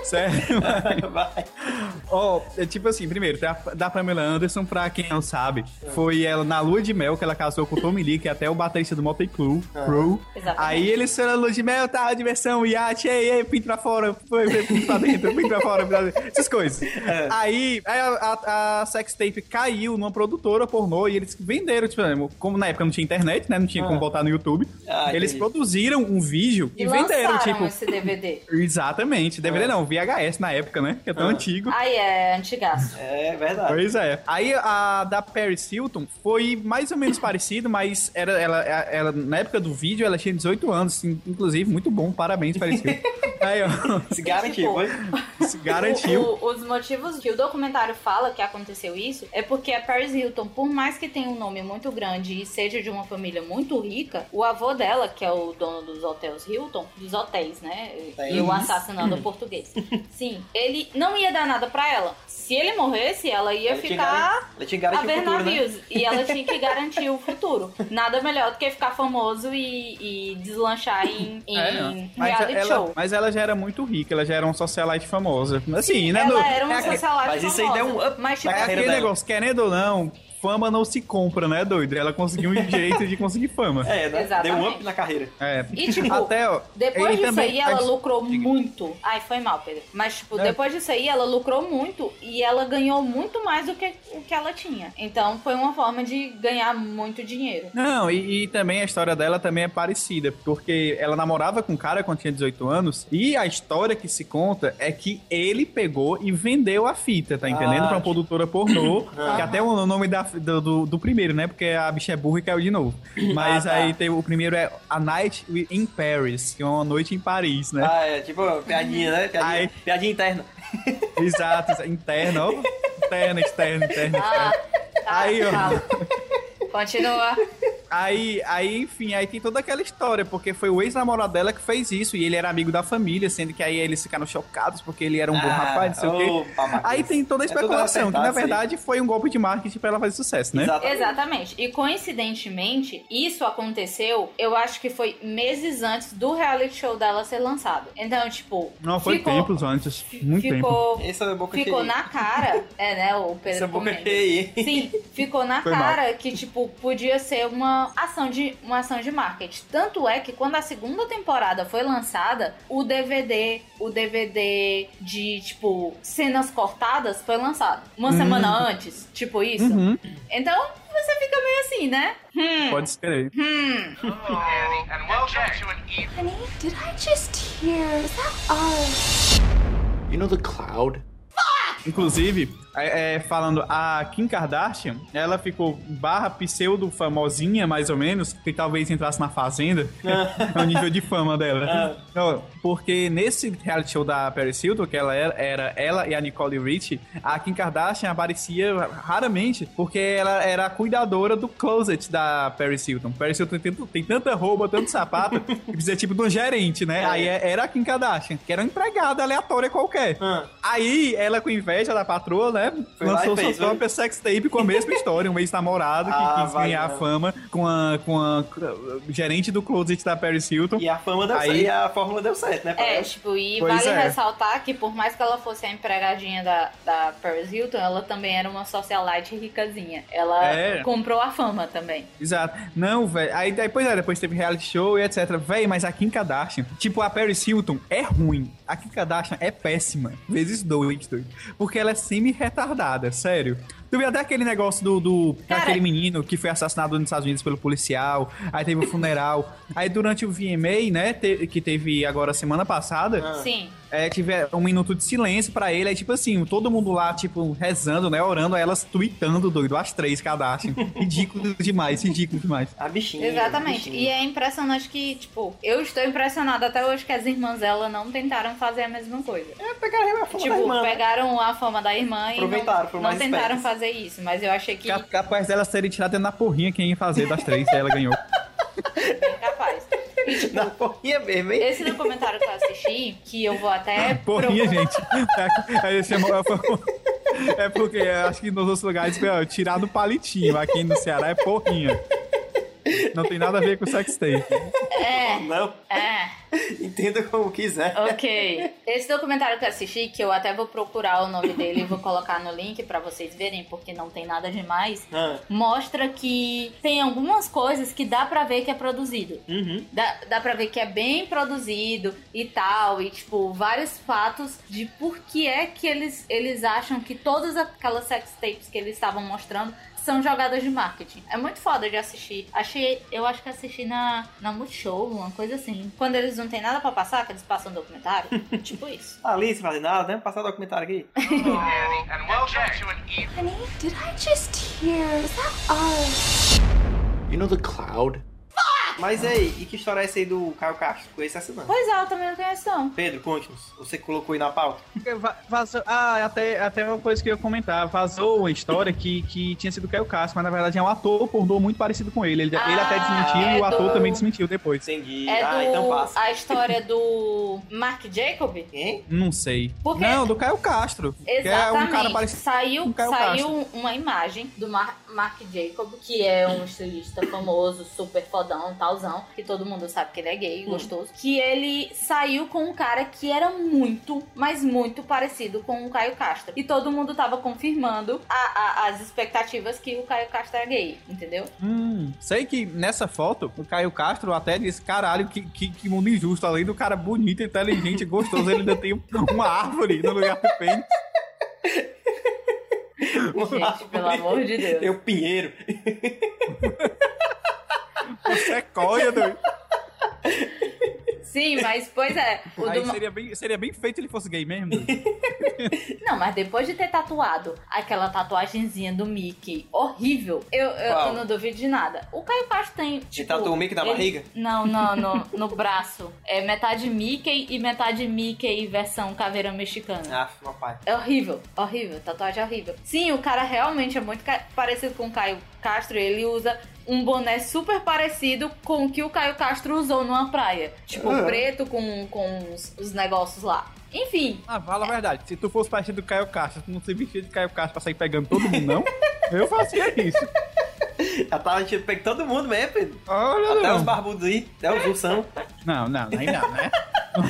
certo? Vai. Ó, é tipo assim, primeiro, tem a- da Pamela Anderson, pra quem não sabe, foi ela na lua de mel que ela casou com o Tommy Lee, que é até o baterista do Motley Crue. Ah. Crue. Exatamente. Aí eles foram na lua de mel, tava diversão, iate, ei, ei, pinto pra fora, foi, foi, pinto pra dentro, pinto pra fora, pinto pra dentro, essas coisas. É. Aí, aí a, a, a sextape caiu numa produtora pornô e eles venderam, tipo, como na época não tinha internet, né, não tinha Ah. como botar no YouTube, Ah, eles entendi. produziram um vídeo e, E venderam, lançaram tipo... esse DVD. Exatamente, DVD Ah. não, VHS na época, né, que é tão Ah. antigo. Aí é antigaço. É verdade. Pois é. Aí a da Paris Hilton foi mais ou menos parecido, mas era, ela, ela, na época do vídeo ela tinha 18 anos, in- inclusive, muito bom, parabéns, Paris Hilton. *laughs* Aí, ó, Se garantiu, Tipo, foi? se garantiu. O- o- os motivos que o documentário fala que aconteceu isso é porque a Paris Hilton, por mais que tenha um nome muito grande e seja de uma família muito rica, o avô dela, que é o dono dos hotéis Hilton, dos hotéis, né? E o Isso. assassinado Uhum. português. Sim, ele não ia dar nada pra ela. Se ele morresse, ela ia Ela tinha ficar garan- Ela tinha a garantido o ver futuro, né? navios. E ela tinha que garantir o futuro. Nada melhor do que ficar famoso e, e deslanchar em, em É, ó. mas, reality ela, show. mas ela já era muito rica, ela já era uma socialite famosa. Assim, né? ela no- era uma é, aquele- socialite Mas isso aí famosa, deu um up Mas, tipo, na é carreira aquele dela. negócio, querendo ou não, fama não se compra, né, doido? Ela conseguiu um jeito de conseguir fama. É, né? Deu um Exatamente. up na carreira. É. E, tipo, Até, ó, Depois e disso também- aí, ela antes- lucrou Diga. muito. Ai, foi mal, Pedro. Mas, tipo, É. depois disso aí, ela lucrou muito e ela ganhou muito mais do que o que ela tinha. Então, foi uma forma de ganhar muito *laughs* dinheiro. Não, e, e também a história dela também é parecida, porque ela namorava com um cara quando tinha 18 anos, e a história que se conta é que ele pegou e vendeu a fita, tá entendendo? Ah, pra uma tipo- *coughs* produtora pornô, Ah. que até o nome da- do, do- do primeiro, né? Porque a bicha é burra e caiu *coughs* de novo. Mas Ah, tá. aí tem, o primeiro é A Night in Paris, que é uma noite em Paris, né? Ah, é tipo piadinha, né? Ai. Piadinha, piadinha interna. Exato, *laughs* exa- interna, ó. Interna, externa, interna, externa. Ah, tá, Aí, ó. fala. Continua. Aí, aí, enfim, aí tem toda aquela história, porque foi o ex-namorado dela que fez isso, e ele era amigo da família, sendo que aí eles ficaram chocados porque ele era um bom Ah, Ah, rapaz, não sei o quê. Aí tem toda é a especulação, que na verdade foi um golpe de marketing pra ela fazer sucesso, né? Exatamente. E coincidentemente, isso aconteceu, eu acho que foi meses antes do reality show dela ser lançado. Então, tipo. Não, foi ficou- tempos antes. Muito tempo. ficou, Essa é a boca Ficou cheia. na *laughs* cara. É, né? O Pedro. Essa é a boca comenta. cheia. Sim, ficou na Foi cara que, tipo, podia ser uma ação, de, uma ação de marketing. Tanto é que quando a segunda temporada foi lançada, o DVD, o DVD de, tipo, cenas cortadas foi lançado. Uma semana Hum. antes, tipo isso. Uhum, Então, você fica meio assim, né? Hum, pode ser. hum. Annie, and welcome to an even. Honey, did I just hear? Is that ours? You know the cloud? Inclusive, é, é, falando, a Kim Kardashian, ela ficou barra pseudo famosinha, mais ou menos, que talvez entrasse na Fazenda. é o nível de fama dela. Não, Porque nesse reality show da Paris Hilton, que ela era, era ela e a Nicole Rich, a Kim Kardashian aparecia raramente, porque ela era a cuidadora do closet da Paris Hilton. Paris Hilton tem, tanto- tem tanta roupa, tanto sapato, que precisa tipo de um gerente, né? Aí é- era a Kim Kardashian, que era uma empregada aleatória qualquer. Ah. Aí, ela com inveja da patroa, né? Foi lá lançou e sua fez, própria sex tape com a mesma história. Um ex-namorado Ah, que quis vai ganhar não. fama com a, com a com a gerente do closet da Paris Hilton. E a fama deu Aí- certo. E a fórmula deu certo, né? É, parece? tipo, e Pois vale é. ressaltar que por mais que ela fosse a empregadinha da, da Paris Hilton, ela também era uma socialite ricazinha. Ela É. comprou a fama também. Exato. Não, velho. Aí depois, é, depois teve reality show e etc. Véi, mas a Kim Kardashian, tipo, a Paris Hilton é ruim. A Kim Kardashian é péssima. Vezes dois, doido. Porque ela é semi-retardada, sério. Tu viu até aquele negócio do, do Cara. daquele menino que foi assassinado nos Estados Unidos pelo policial. Aí teve o funeral. aí durante o VMA, né, te- que teve agora semana passada, Sim. é, tiver um minuto de silêncio pra ele, é tipo assim, todo mundo lá, tipo, rezando, né, orando, aí elas tweetando, doido, as três Kardashian. Ridículo demais, ridículo demais. A bichinha. Exatamente. E é impressionante que, tipo, eu estou impressionada até hoje que as irmãs dela não tentaram fazer a mesma coisa. é... pegaram a fama tipo, da irmã. *laughs* né? pegaram a fama da irmã e Aproveitaram, não, foram não mais tentaram espertas. fazer isso, mas eu achei que Cap- Capaz delas serem tiradas na porrinha quem ia fazer das três, aí ela ganhou. é capaz. Na porrinha mesmo, hein? Esse documentário que eu assisti, que eu vou até Porrinha, gente. É, aí chama- é porque eu acho que nos outros lugares é tirar no palitinho, aqui no Ceará é porrinha. Não tem nada a ver com sex tape. É, Não, é. entenda como quiser. Ok. Esse documentário que eu assisti, que eu até vou procurar o nome dele e vou colocar no link pra vocês verem, porque não tem nada demais, Ah, mostra que tem algumas coisas que dá pra ver que é produzido. uhum. Dá, dá pra ver que é bem produzido e tal, e tipo, vários fatos de por que é que eles, eles acham que todas aquelas sex tapes que eles estavam mostrando são jogadas de marketing. É muito foda de assistir. Achei, eu acho que assisti na, na Multishow, uma coisa assim. Quando eles não tem nada pra passar, que eles passam um *laughs* documentário, tipo isso. Tá ali, sem fazer nada, né? Passar documentário aqui. Annie, and welcome to an even. Honey, did I just hear? Is that ours? You know the cloud? Mas aí, e que história é essa aí do Caio Castro? Conheço essa não. Pois é, eu também não conheço não. Pedro, conte-nos. Você colocou aí na pauta? Porque va- Vazou, ah, até, até uma coisa que eu ia comentar. Vazou uma história que, que tinha sido Caio Castro, mas na verdade é um ator pornô muito parecido com ele. Ele, Ah, ele até desmentiu é e o ator do- também desmentiu depois. Entendi. É ah, então do, passa. a história do Mark Jacob? Hein? Não sei. Por quê? Não, do Caio Castro. Que é Exatamente. um cara parecido. Saiu, com Caio saiu uma imagem do Mar Mark Jacob, que é um estilista famoso, super fodão, talzão, que todo mundo sabe que ele é gay, Hum. gostoso. Que ele saiu com um cara que era muito, mas muito parecido com o Caio Castro. E todo mundo tava confirmando a- a- as expectativas que o Caio Castro é gay, *laughs* entendeu? Hum, sei que nessa foto, o Caio Castro até disse: caralho, que, que, que mundo injusto. Além do cara bonito, inteligente, gostoso, ele ainda tem uma árvore no lugar do pênis. Gente, pelo amor de Deus. Eu É pinheiro. Você é coia, doido. Sim, mas pois é. O Aí do Ma- seria, bem, seria bem feito ele fosse gay mesmo. Não, mas depois de ter tatuado aquela tatuagenzinha do Mickey horrível, eu, eu, Qual? eu não duvido de nada. O Caio Castro tem. Tipo, tatuou o Mickey na ele- barriga? Não, *laughs* não, no, no braço. É metade Mickey e metade Mickey versão caveira mexicana. Ah, papai. É horrível, horrível, tatuagem é horrível. Sim, o cara realmente é muito ca- parecido com o Caio Castro. Ele usa um boné super parecido com o que o Caio Castro usou numa praia. Tipo, Ah. preto com, com os- os negócios lá. Enfim, Ah, fala a verdade. Se tu fosse partido do Caio Castro, tu não se vestia de Caio Castro pra sair pegando todo mundo, não? Eu fazia isso. Já tava tipo, pegando todo mundo mesmo, Pedro. Olha, Até os não. barbudos aí, até os ursão. Não, não, aí não, né?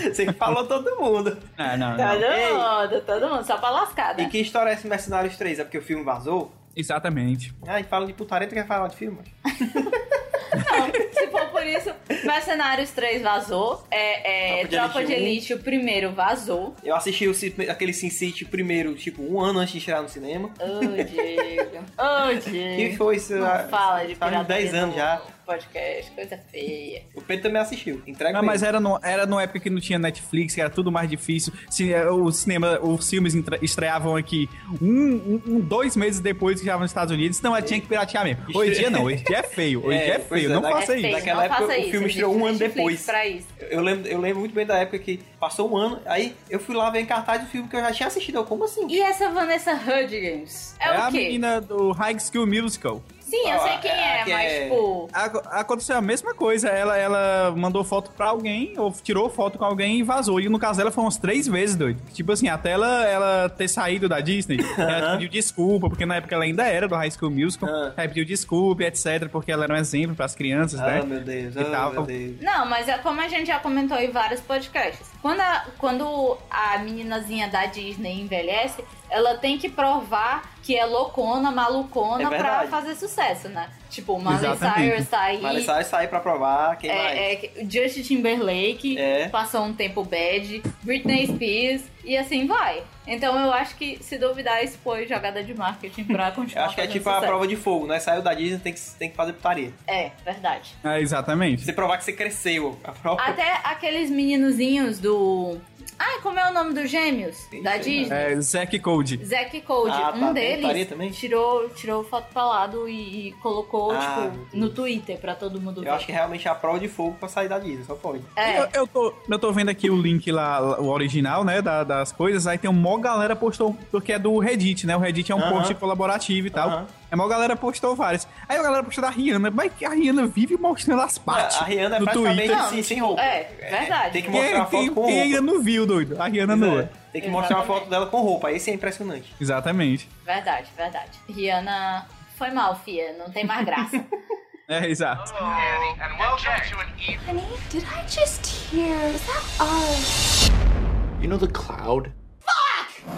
Você que falou todo mundo. Não, não, Tá não. todo mundo, todo mundo, só pra lascar, né? E que história é esse Mercenários 3? É porque o filme vazou? Exatamente. Ah, e fala de putaria, tu quer falar de filme? macho? Não, se for por isso, Mercenários 3 vazou, é, é, Tropa de Tropa de Elite Elite, um. o primeiro vazou. Eu assisti o Sin- aquele Sin City primeiro, tipo, um ano antes de tirar no cinema. Ô, Diego, *laughs* tá ô, E Diego. foi isso. É. Não ah, fala de faz uns pirataria 10 anos no já. podcast, coisa feia. O Pedro também assistiu. Entrega Não, pra mas é- ele. era, no, era numa época que não tinha Netflix, que era tudo mais difícil. Se, eh, o cinema, os filmes entra- estreavam aqui um, um- um- dois meses depois que estavam nos Estados Unidos, então eu tinha que piratear mesmo. Hoje em dia não, hoje em dia é feio, hoje em dia é É, pois feio, é, não daqui- faça é feio, isso. Naquela não época, faça o isso, filme estreou existe um ano Netflix depois. Pra isso. Eu lembro, eu lembro muito bem da época que passou um ano, aí eu fui lá ver em cartaz do filme que eu já tinha assistido. Eu, como assim? E essa Vanessa Hudgens? É, a o quê? menina do High School Musical. Sim, eu Ah, sei quem a- é, a que mas é- tipo... Aco- Aconteceu a mesma coisa, ela, ela mandou foto pra alguém, ou tirou foto com alguém e vazou. E no caso dela foi umas três vezes, doido. Tipo assim, até ela, ela ter saído da Disney, *laughs* ela pediu desculpa, porque na época ela ainda era do High School Musical. Ah. Ela pediu desculpa, etc, porque ela era um exemplo pras crianças, Ah, né? meu Deus, E ah, tal. meu Deus. Não, mas é como a gente já comentou em vários podcasts. Quando a, quando a meninazinha da Disney envelhece, ela tem que provar que é loucona, malucona É pra verdade. fazer sucesso, né? Tipo, o Miley Exatamente. Cyrus tá aí. Mas sai, sai pra provar, quem mais? É, é, Justin Timberlake É. passou um tempo bad, Britney Spears e assim vai. Então eu acho que se duvidar, isso foi jogada de marketing *laughs* pra Eu continuar. acho que é fazendo tipo a sucesso. prova de fogo, né? Saiu da Disney, tem que, tem que fazer putaria. É, verdade. Ah, exatamente. Você provar que você cresceu. A prova. Até aqueles meninozinhos do. Ai, como é o nome dos gêmeos? Sim, da sei, Disney. É, Zack Code. Zack e Cody, Ah, um tá, tem deles, putaria também? tirou, tirou foto pra lado e, e colocou, Ah, meu tipo, Deus. no Twitter pra todo mundo ver. Eu acho que realmente é a prova de fogo pra sair da Disney, só pode. É, Eu, eu tô, eu tô vendo aqui o link lá, o original, né, da- das coisas, aí tem um mó galera postou, porque é do Reddit, né, o Reddit é um Aham. post colaborativo e tal, Aham. é mó galera postou vários. Aí a galera postou da Rihanna, mas que a Rihanna vive mostrando as partes a Rihanna é no praticamente Twitter. assim, sem roupa. É, verdade. Tem que Quem, mostrar a quem- foto com quem roupa. ainda não viu, doido? A Rihanna Pois é, nua. Tem que mostrar a foto dela com roupa, esse é impressionante. Exatamente. verdade, verdade. Rihanna foi mal, fia, não tem mais graça. *laughs* É, exato. Annie, and welcome to an even. Honey, did I just hear? Is that us? You know the cloud?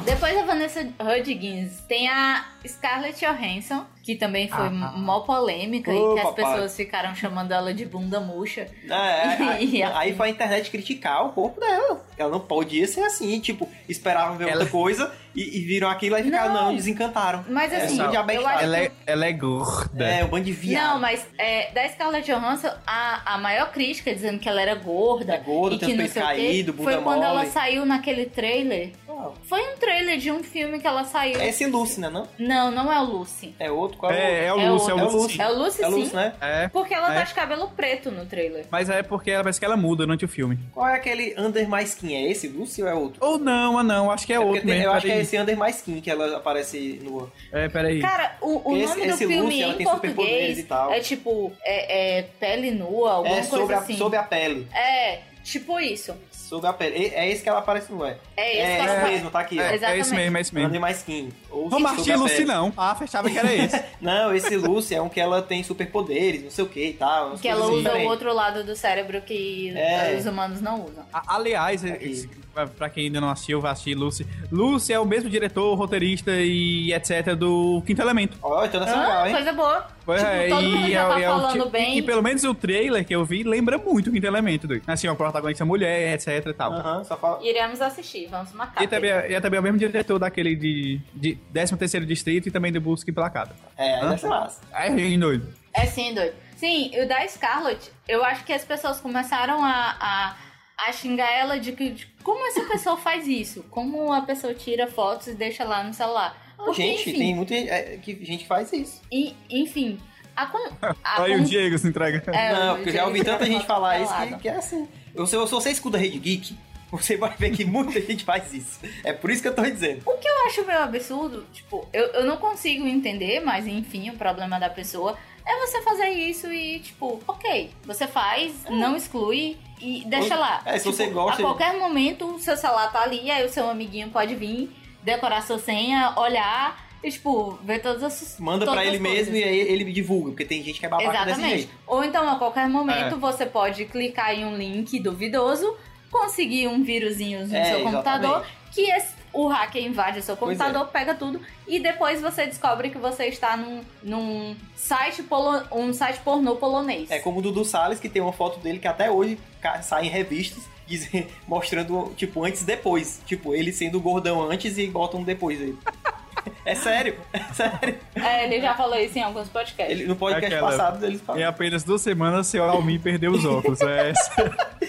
Depois da Vanessa Hudgens, tem a Scarlett Johansson, que também foi mó polêmica Ah. Ô, e que as papai. pessoas ficaram chamando ela de bunda murcha. *laughs* Ah, é, E é, assim. aí foi a internet criticar o corpo dela. Ela não podia ser assim, tipo, esperavam ver outra coisa e, e viram aquilo e ficaram, Não. não, desencantaram. Mas É assim, só de eu abestalho. acho Ela é, ela é gorda. É, o bando de viado. Não, mas é, da Scarlett Johansson, a, a maior crítica dizendo que ela era gorda, É gorda, e que tem os não sei peitos o quê, caídos, foi bunda quando ela mole. saiu naquele trailer. Não. Foi um trailer de um filme que ela saiu. É esse Lucy, né? Não? Não, não é o Lucy. É outro? Qual é, É, é o É Lúcio, é o- o é o Lúcio. Lúcio. sim. É o Lucy, É Lucy, sim, né? É. porque ela tá É. de cabelo preto no trailer. Mas é porque ela parece que ela muda durante o filme. Qual é aquele Under My Skin? É esse Lucy ou é outro? Ou não, ah não, acho que é, porque outro tem- mesmo. eu acho que é peraí. esse Under My Skin que ela aparece no. É, peraí. Cara, o, o Esse- nome esse do filme Lucy, ela em tem superpoderes português e tal. é tipo é, é pele nua, alguma É sobre coisa a, assim. sobre a pele. É, tipo isso. Sobre a pele. E- É esse que ela aparece, não é? É esse é, que ela esse aparece. mesmo, tá aqui. É, ó. é esse exatamente. mesmo, é esse mesmo. Under My Skin. Ou Não, sobre Martim a Lucy pele. não. Ah, fechava que era esse. *laughs* Não, esse Lucy é um que ela tem superpoderes, não sei o que e tal. umas Que ela coisas usa o diferentes. outro lado do cérebro que É. os humanos não usam. *laughs* A- Aliás, Aqui. esse- pra- pra quem ainda não assistiu, vai assistir Lucy. Lucy é o mesmo diretor, roteirista e etc. do Quinto Elemento. Ó, então dessa Ah, moral, hein? coisa boa. Pois é, tipo, todo mundo já é- tá é o falando ti- bem. E, pelo menos o trailer que eu vi lembra muito o Quinto Elemento. doido. Assim, o protagonista é mulher, etc e tal. Aham, só fala. Iremos assistir, vamos marcar. E também, é- e é também o mesmo diretor daquele de, de 13º Distrito e também do Busca e Placada. É, aí Hã? deve ser massa. É, hein, doido. É sim, doido. Sim, e o da Scarlett, eu acho que as pessoas começaram a, a, a xingar ela de que de como essa pessoa faz isso? Como a pessoa tira fotos e deixa lá no celular? Ah, Porque, gente, enfim, tem muita é, que gente que faz isso. e- enfim, a con- *laughs* a Olha o con- Diego se entrega. Ah, um *laughs* é, não, porque eu já ouvi Diego *laughs* tanta gente tá falar isso pelado. que, que é assim. Eu, se, se você escuta Rede Geek, você vai ver que muita *laughs* gente faz isso. É por isso que eu tô dizendo. eu acho meio absurdo, tipo, eu, eu não consigo entender, mas enfim, o problema da pessoa é você fazer isso e, tipo, ok, você faz, não exclui e deixa lá. É, se Tipo, você gosta de- A qualquer momento, o seu celular tá ali, aí o seu amiguinho pode vir, decorar sua senha, olhar e, tipo, ver todas as. Manda todas pra ele as coisas. mesmo e aí ele me divulga, porque tem gente que é babaca desse Exatamente. jeito. Ou então, a qualquer momento, É. você pode clicar em um link duvidoso, conseguir um vírusinho no É, seu computador, exatamente. que esse- o hacker invade o seu Pois é. computador, pega tudo, e depois você descobre que você está num, num site, polo, um site pornô polonês. É como o Dudu Salles, que tem uma foto dele que até hoje ca- sai em revistas dizem- *laughs* mostrando, tipo, antes e depois. Tipo, ele sendo gordão antes e botam um depois dele. *laughs* É sério, é sério. É, ele já falou isso em alguns podcasts. Ele, no podcast Aquela- é passado eles Em falam apenas duas semanas, seu Almin perdeu os óculos. É essa.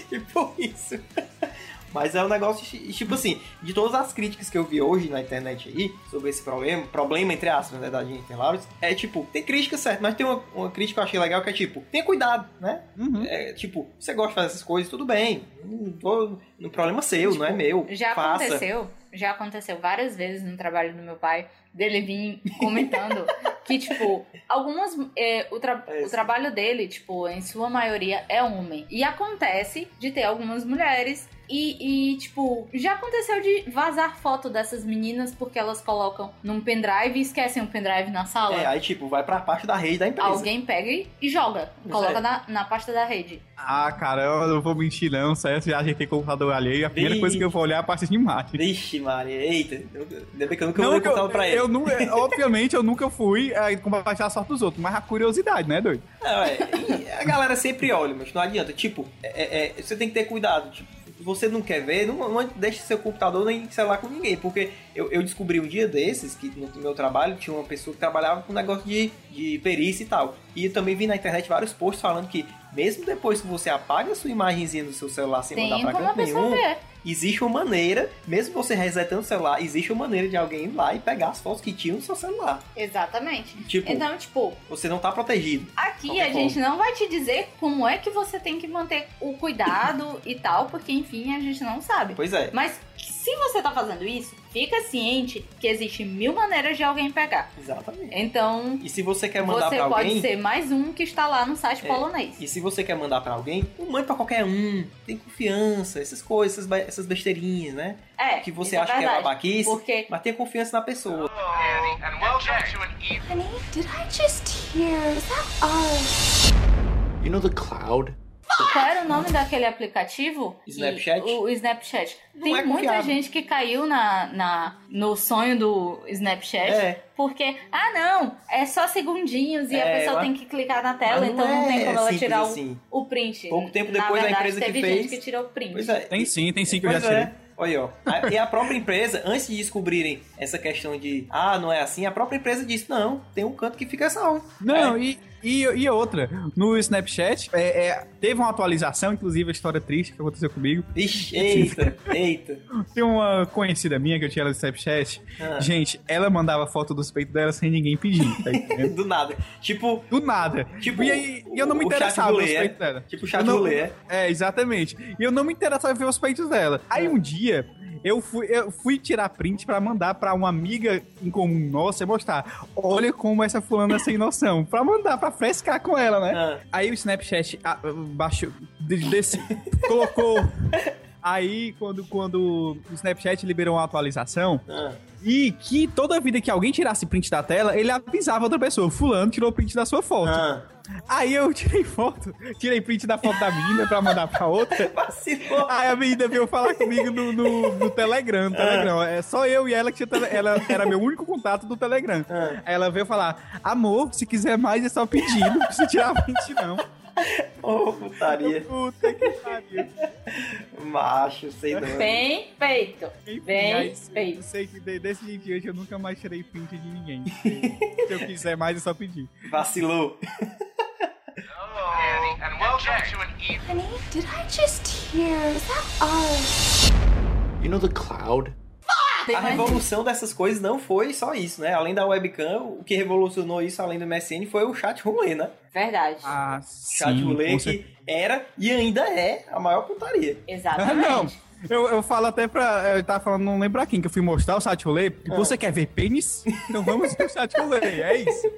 tipo isso. *laughs* Mas é um negócio, chi- tipo assim, de todas as críticas que eu vi hoje na internet aí, sobre esse problema, problema entre aspas, né, da gente, Lauros, é tipo, tem crítica certa, mas tem uma, uma crítica que eu achei legal que é tipo, tenha cuidado, né? Uhum. É, tipo, você gosta de fazer essas coisas, tudo bem. Não tô- não problema seu, não é meu. Já Faça. aconteceu, já aconteceu várias vezes no trabalho do meu pai, dele vir *laughs* comentando que, tipo, algumas. é, o, tra- É o isso. trabalho dele, tipo, em sua maioria é homem. E acontece de ter algumas mulheres. E, e, tipo, já aconteceu de vazar foto dessas meninas porque elas colocam num pendrive e esquecem o pendrive na sala. É, aí tipo, vai pra parte da rede da empresa. Alguém pega e e joga, Pois coloca é. na, na pasta da rede. Ah, cara, eu não vou mentir, não. Certo, já ajeitei computador alheio. A primeira Ih. coisa que eu vou olhar é a parte de imagem. Vixe, Maria, eita. eu- Ainda bem que eu nunca Não, vou que eu, contar pra ele. eu nu- é, obviamente, eu nunca fui é, compartilhar a sorte dos outros, mas a curiosidade, né, doido? Não, é, e a galera sempre olha, mas não adianta. Tipo, é- é- é, você tem que ter cuidado. Tipo, se você não quer ver, não, não deixe seu computador nem celular com ninguém. Porque eu, eu descobri um dia desses que no meu trabalho tinha uma pessoa que trabalhava com um negócio de, de perícia e tal. E eu também vi na internet vários posts falando que mesmo depois que você apaga a sua imagenzinha do seu celular sem Tem mandar pra né? como a canto pessoa nenhum, ver. existe uma maneira, mesmo você resetando o celular, existe uma maneira de alguém ir lá e pegar as fotos que tinham no seu celular. Exatamente. Tipo, Então, tipo, você não tá protegido. Aqui Qualquer a gente não vai te dizer como é que você tem que manter o cuidado e tal, porque enfim a gente não sabe. Pois é, Mas se você tá fazendo isso, fica ciente que existe mil maneiras de alguém pegar. exatamente. Então E se você quer mandar você pra pode alguém, ser mais um que está lá no site É. polonês. e se você quer mandar pra alguém, não manda pra qualquer um. Tem confiança, essas coisas, essas, ba- essas besteirinhas, né? É. Que você isso acha é que é verdade. babaquice, Porque mas tenha confiança na pessoa. Annie, and welcome to an even. Honey, did I just hear? Is that us? You know the cloud? qual era o nome daquele aplicativo? Que- Snapchat? o Snapchat. Não Tem é muita confiável. gente que caiu na, na, no sonho do Snapchat. É, Porque, ah não, é só segundinhos e a É, pessoa ela- tem que clicar na tela, mas então não é tem como ela simples tirar o- assim. o, print. Pouco tempo na depois, a verdade, empresa que teve fez- gente que tirou o print. Pois é. Tem sim, tem sim que eu já Pois tirei. é. Olha, aí, ó. A- E a própria empresa, antes de descobrirem essa questão de, ah, não é assim, a própria empresa disse, não, tem um canto que fica salvo. Não, e, e, e outra, no Snapchat, é- é, teve uma atualização, inclusive a história triste que aconteceu comigo. Ixi, eita, eita. Tem uma conhecida minha que eu tinha ela no Snapchat. Ah, Gente, ela mandava foto dos peitos dela sem ninguém pedir, tá entendendo? do nada. Tipo, Do nada. Tipo, e aí, e eu não me o chat interessava do nos Lê, peitos dela. tipo chat Eu não- rolê. É, exatamente. E eu não me interessava em ver os peitos dela. Aí um dia, eu fui, eu fui tirar print pra mandar pra uma amiga em comum nossa e mostrar. Olha como essa fulana é sem noção. Pra mandar, pra frescar com ela, né? Ah, Aí o Snapchat ah, baixou, de- desse, colocou. Aí, quando, quando o Snapchat liberou uma atualização, ah. e que toda vida que alguém tirasse print da tela, ele avisava outra pessoa: Fulano tirou print da sua foto. Ah. Aí eu tirei foto, tirei print da foto da menina pra mandar pra outra. Vacilou. Aí a menina veio falar comigo no, no, no Telegram. no Telegram. É só eu e ela que tinha tele, ela era meu único contato do Telegram. Ah. Aí ela veio falar: Amor, se quiser mais é só pedir, não precisa tirar print, não. Ô, putaria. Puta que pariu. Macho, sei não. Bem feito. Enfim, Bem aí, feito. eu sei que de- desse dia em diante eu nunca mais tirei print de ninguém. Se eu quiser mais é só pedir. Vacilou. Hello, Annie, and welcome done to an even. Honey, did I just hear? Is that ours? You know the cloud? A revolução dessas coisas não foi só isso, né? Além da webcam, o que revolucionou isso, além do MSN, foi o chat roulé, né? Verdade. Ah, Chat sim. roulé com que era e ainda é a maior putaria. Exatamente. Não. Eu, eu falo até pra. Eu tava falando, não lembro a quem, que eu fui mostrar o chat rolê. Você quer ver pênis? Então vamos pro chat rolê. É isso.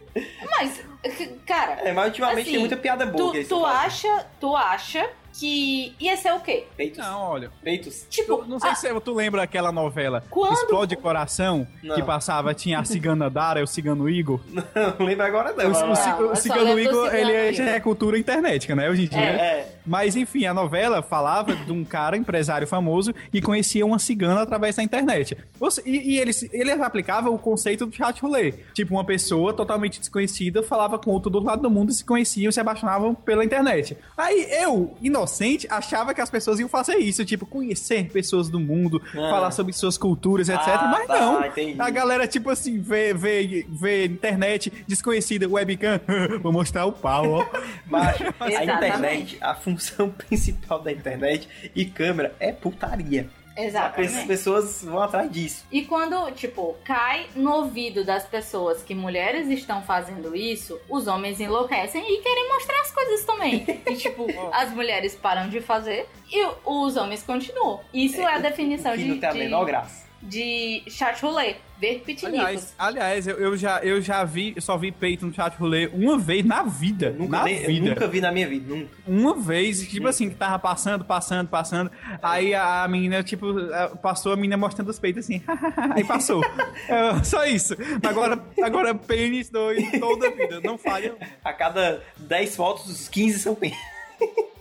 Mas, c- cara, É, mas ultimamente Assim, tem muita piada boa. tu, que eles tu estão fazendo. acha, tu acha que ia ser o quê? Peitos. Não, olha. Peitos. *laughs* Tipo, Eu não sei ah, se tu lembra aquela novela Quando? Explode Coração, Não. que passava, tinha a cigana Dara e o cigano Igor. Não lembro agora não. O, mas o lá. ci- o eu só lembro cigano do Igor, cigano ele é, Igor. já é cultura internet, né, hoje em dia. É, Mas enfim, a novela falava de um cara, empresário famoso, que conhecia uma cigana através da internet. Ou se- E, e ele, se- ele aplicava o conceito do chat rolê. Tipo, uma pessoa totalmente desconhecida falava com outro do outro lado do mundo, se conheciam, se apaixonavam pela internet. Aí eu, inocente, achava que as pessoas iam fazer isso, tipo, conhecer pessoas do mundo, Ah. falar sobre suas culturas, etc. Ah, Mas tá, não. entendi. A galera, tipo assim, vê, vê, vê internet desconhecida, webcam, *laughs* vou mostrar o pau, ó. Mas a Exatamente. internet, a função *laughs* principal da internet e câmera é putaria. é As exatamente. pessoas vão atrás disso. E quando, tipo, cai no ouvido das pessoas que mulheres estão fazendo isso, os homens enlouquecem e querem mostrar as coisas também. E, *laughs* tipo, as mulheres param de fazer e os homens continuam. Isso é, a definição que de, não tem a de- menor graça. de chat rolê, ver pitinicos. Aliás, aliás eu, eu já, eu já vi, eu só vi peito no chat rolê uma vez na vida. Nunca, na nem- eu vida. nunca vi na minha vida. Nunca. Uma vez, tipo assim, que tava passando, passando, passando. Aí a, a menina, tipo, eh, passou a menina mostrando os peitos assim. *laughs* *laughs* aí passou. É, só isso. Agora, agora pênis dois toda a vida. Não falha. A cada 10 fotos, 15 são peitos.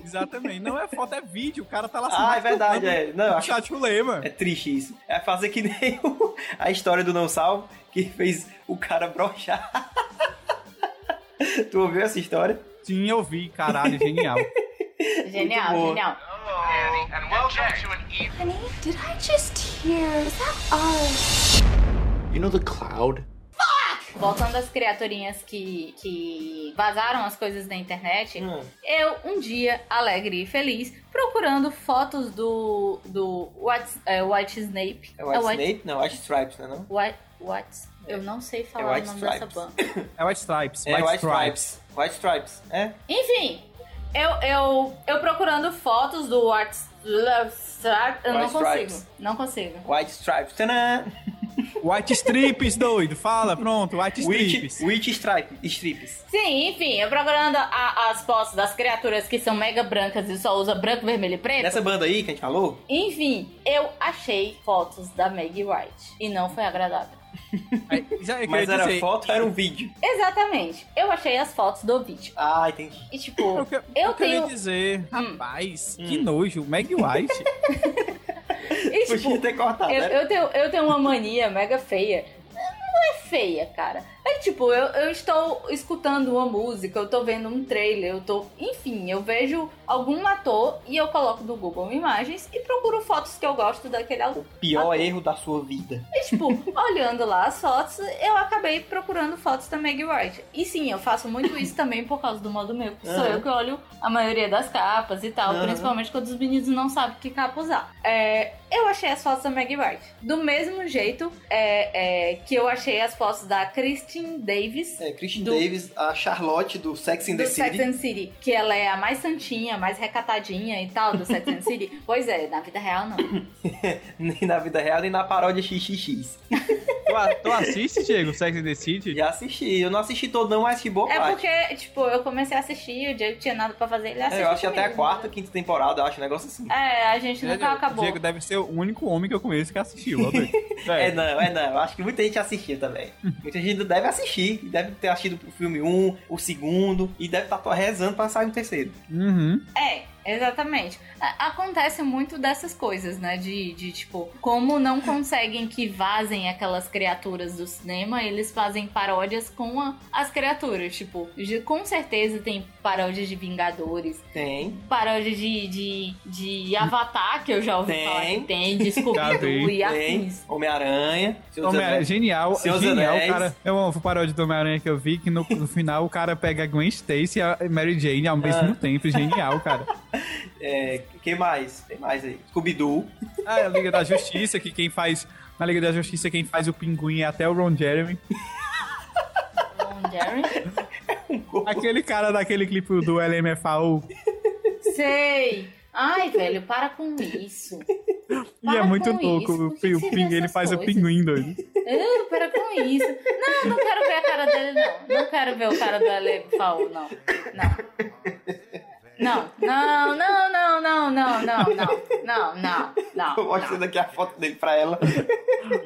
Exatamente. Não é foto, é vídeo. O cara tá lá *laughs* Ah, é verdade. masturbando É. Não, eu no acho chat rolê, mano. É triste isso. É fazer que nem o- a história do Não Salvo, que fez o cara brochar. *laughs* tu ouviu essa história? Sim, eu vi, caralho, genial. *laughs* Genial, muito boa. genial. Annie, and welcome to an even. Honey, did I just hear? Is that ours? You know the cloud? Voltando às criaturinhas que, que vazaram as coisas na internet, Hum. eu, um dia, alegre e feliz, procurando fotos do, do White, é, White Snape. É White Snake? Não, White Stripes, né? Não? White, White- eu não sei falar É White o nome dessa Stripes. banda. É White Stripes. É White Stripes. White Stripes, é? Enfim, eu, eu, eu procurando fotos do White... Stripes. Eu não White consigo, Stripes. não consigo. White Stripes. Tcharam! White Strips, doido. Fala, pronto. White Strips. Witch, Witch Stripe, Strips. Sim, enfim, eu procurando a- as fotos das criaturas que são mega brancas e só usa branco, vermelho e preto. Nessa banda aí que a gente falou, Enfim, eu achei fotos da Meg White e não foi agradável. Aí, Já, eu mas queria era dizer, foto, era um vídeo. Exatamente. Eu achei as fotos do vídeo. Ah, entendi. E tipo, Eu, É que, Eu eu, queria tenho- dizer, Hum. rapaz, que nojo, Meg White. e, Podia tipo ter cortado, eu, né? eu tenho, eu tenho uma mania mega feia. Não é feia, cara. É tipo, eu, eu estou escutando uma música, eu tô vendo um trailer, eu tô. Enfim, eu vejo algum ator e eu coloco no Google Imagens e procuro fotos que eu gosto daquele ator. O pior erro da sua vida. E, tipo, olhando lá as fotos, eu acabei procurando fotos da Meg White. E sim, eu faço muito isso também por causa do modo meu. que Sou Aham. eu que olho a maioria das capas e tal. Aham. Principalmente quando os meninos não sabem que capa usar. É, eu achei as fotos da Meg White. Do mesmo jeito é, é, que eu achei as fotos da Christine Davis. É, Christian Do- Davis, a Charlotte do Sex in Do the Sex City. and City, que ela é a mais santinha, mais recatadinha e tal do Sex and *laughs* City. Pois é, na vida real não. *laughs* Nem na vida real, nem na paródia XXX. *laughs* tu, a- tu assiste, Diego, Sex and the City? Já assisti. Eu não assisti todo, não, mas assisti boa É parte. porque, tipo, eu comecei a assistir, o Diego tinha nada pra fazer, ele É, assistiu. eu acho que até a comigo, quarta, quinta temporada, eu acho, um negócio assim. É, a gente nunca Diego- acabou. Diego deve ser o único homem que eu conheço que assistiu. ó, *laughs* doido. É, Sério. não, é não. Eu Acho que muita gente assistiu *laughs* também. Muita gente deve assistir. Deve tá ter assistido o filme 1, um, o segundo, e deve estar rezando pra sair o um terceiro. Uhum. É, Exatamente. A- Acontece muito dessas coisas, né? De, de, tipo, como não conseguem que vazem aquelas criaturas do cinema, eles fazem paródias com a- as criaturas. Tipo, de- com certeza tem paródias de Vingadores, Tem. paródia de, de, de Avatar, que eu já ouvi Tem. falar que tem, de Já Scooby-Doo vi, e Tem. afins. Homem-Aranha. Senhor dos Homem-Aranha, Anéis. é genial, Senhor dos genial, Anéis. cara. Eu amo o paródia do Homem-Aranha que eu vi, que no, no final o cara pega a Gwen Stacy e a Mary Jane ao mesmo tempo. Genial, cara. É, que mais? Tem mais aí. Scooby-Doo. Ah, a Liga da Justiça, que quem faz... Na Liga da Justiça, quem faz o pinguim é até o Ron Jeremy. Tom Jerry. Aquele cara daquele clipe do LMFAO. Sei. Ai, velho, para com isso. E Para é muito com louco. isso, o por que você pin- o vê pin- ele essas faz o coisas? pinguim doido. Ah, para com isso. Não, não quero ver a cara dele, não. Não quero ver o cara do Ale Faul, não. Não. Não, não, não, não, não, não, não, não, não, não, não. Eu mostrando aqui a foto dele pra ela.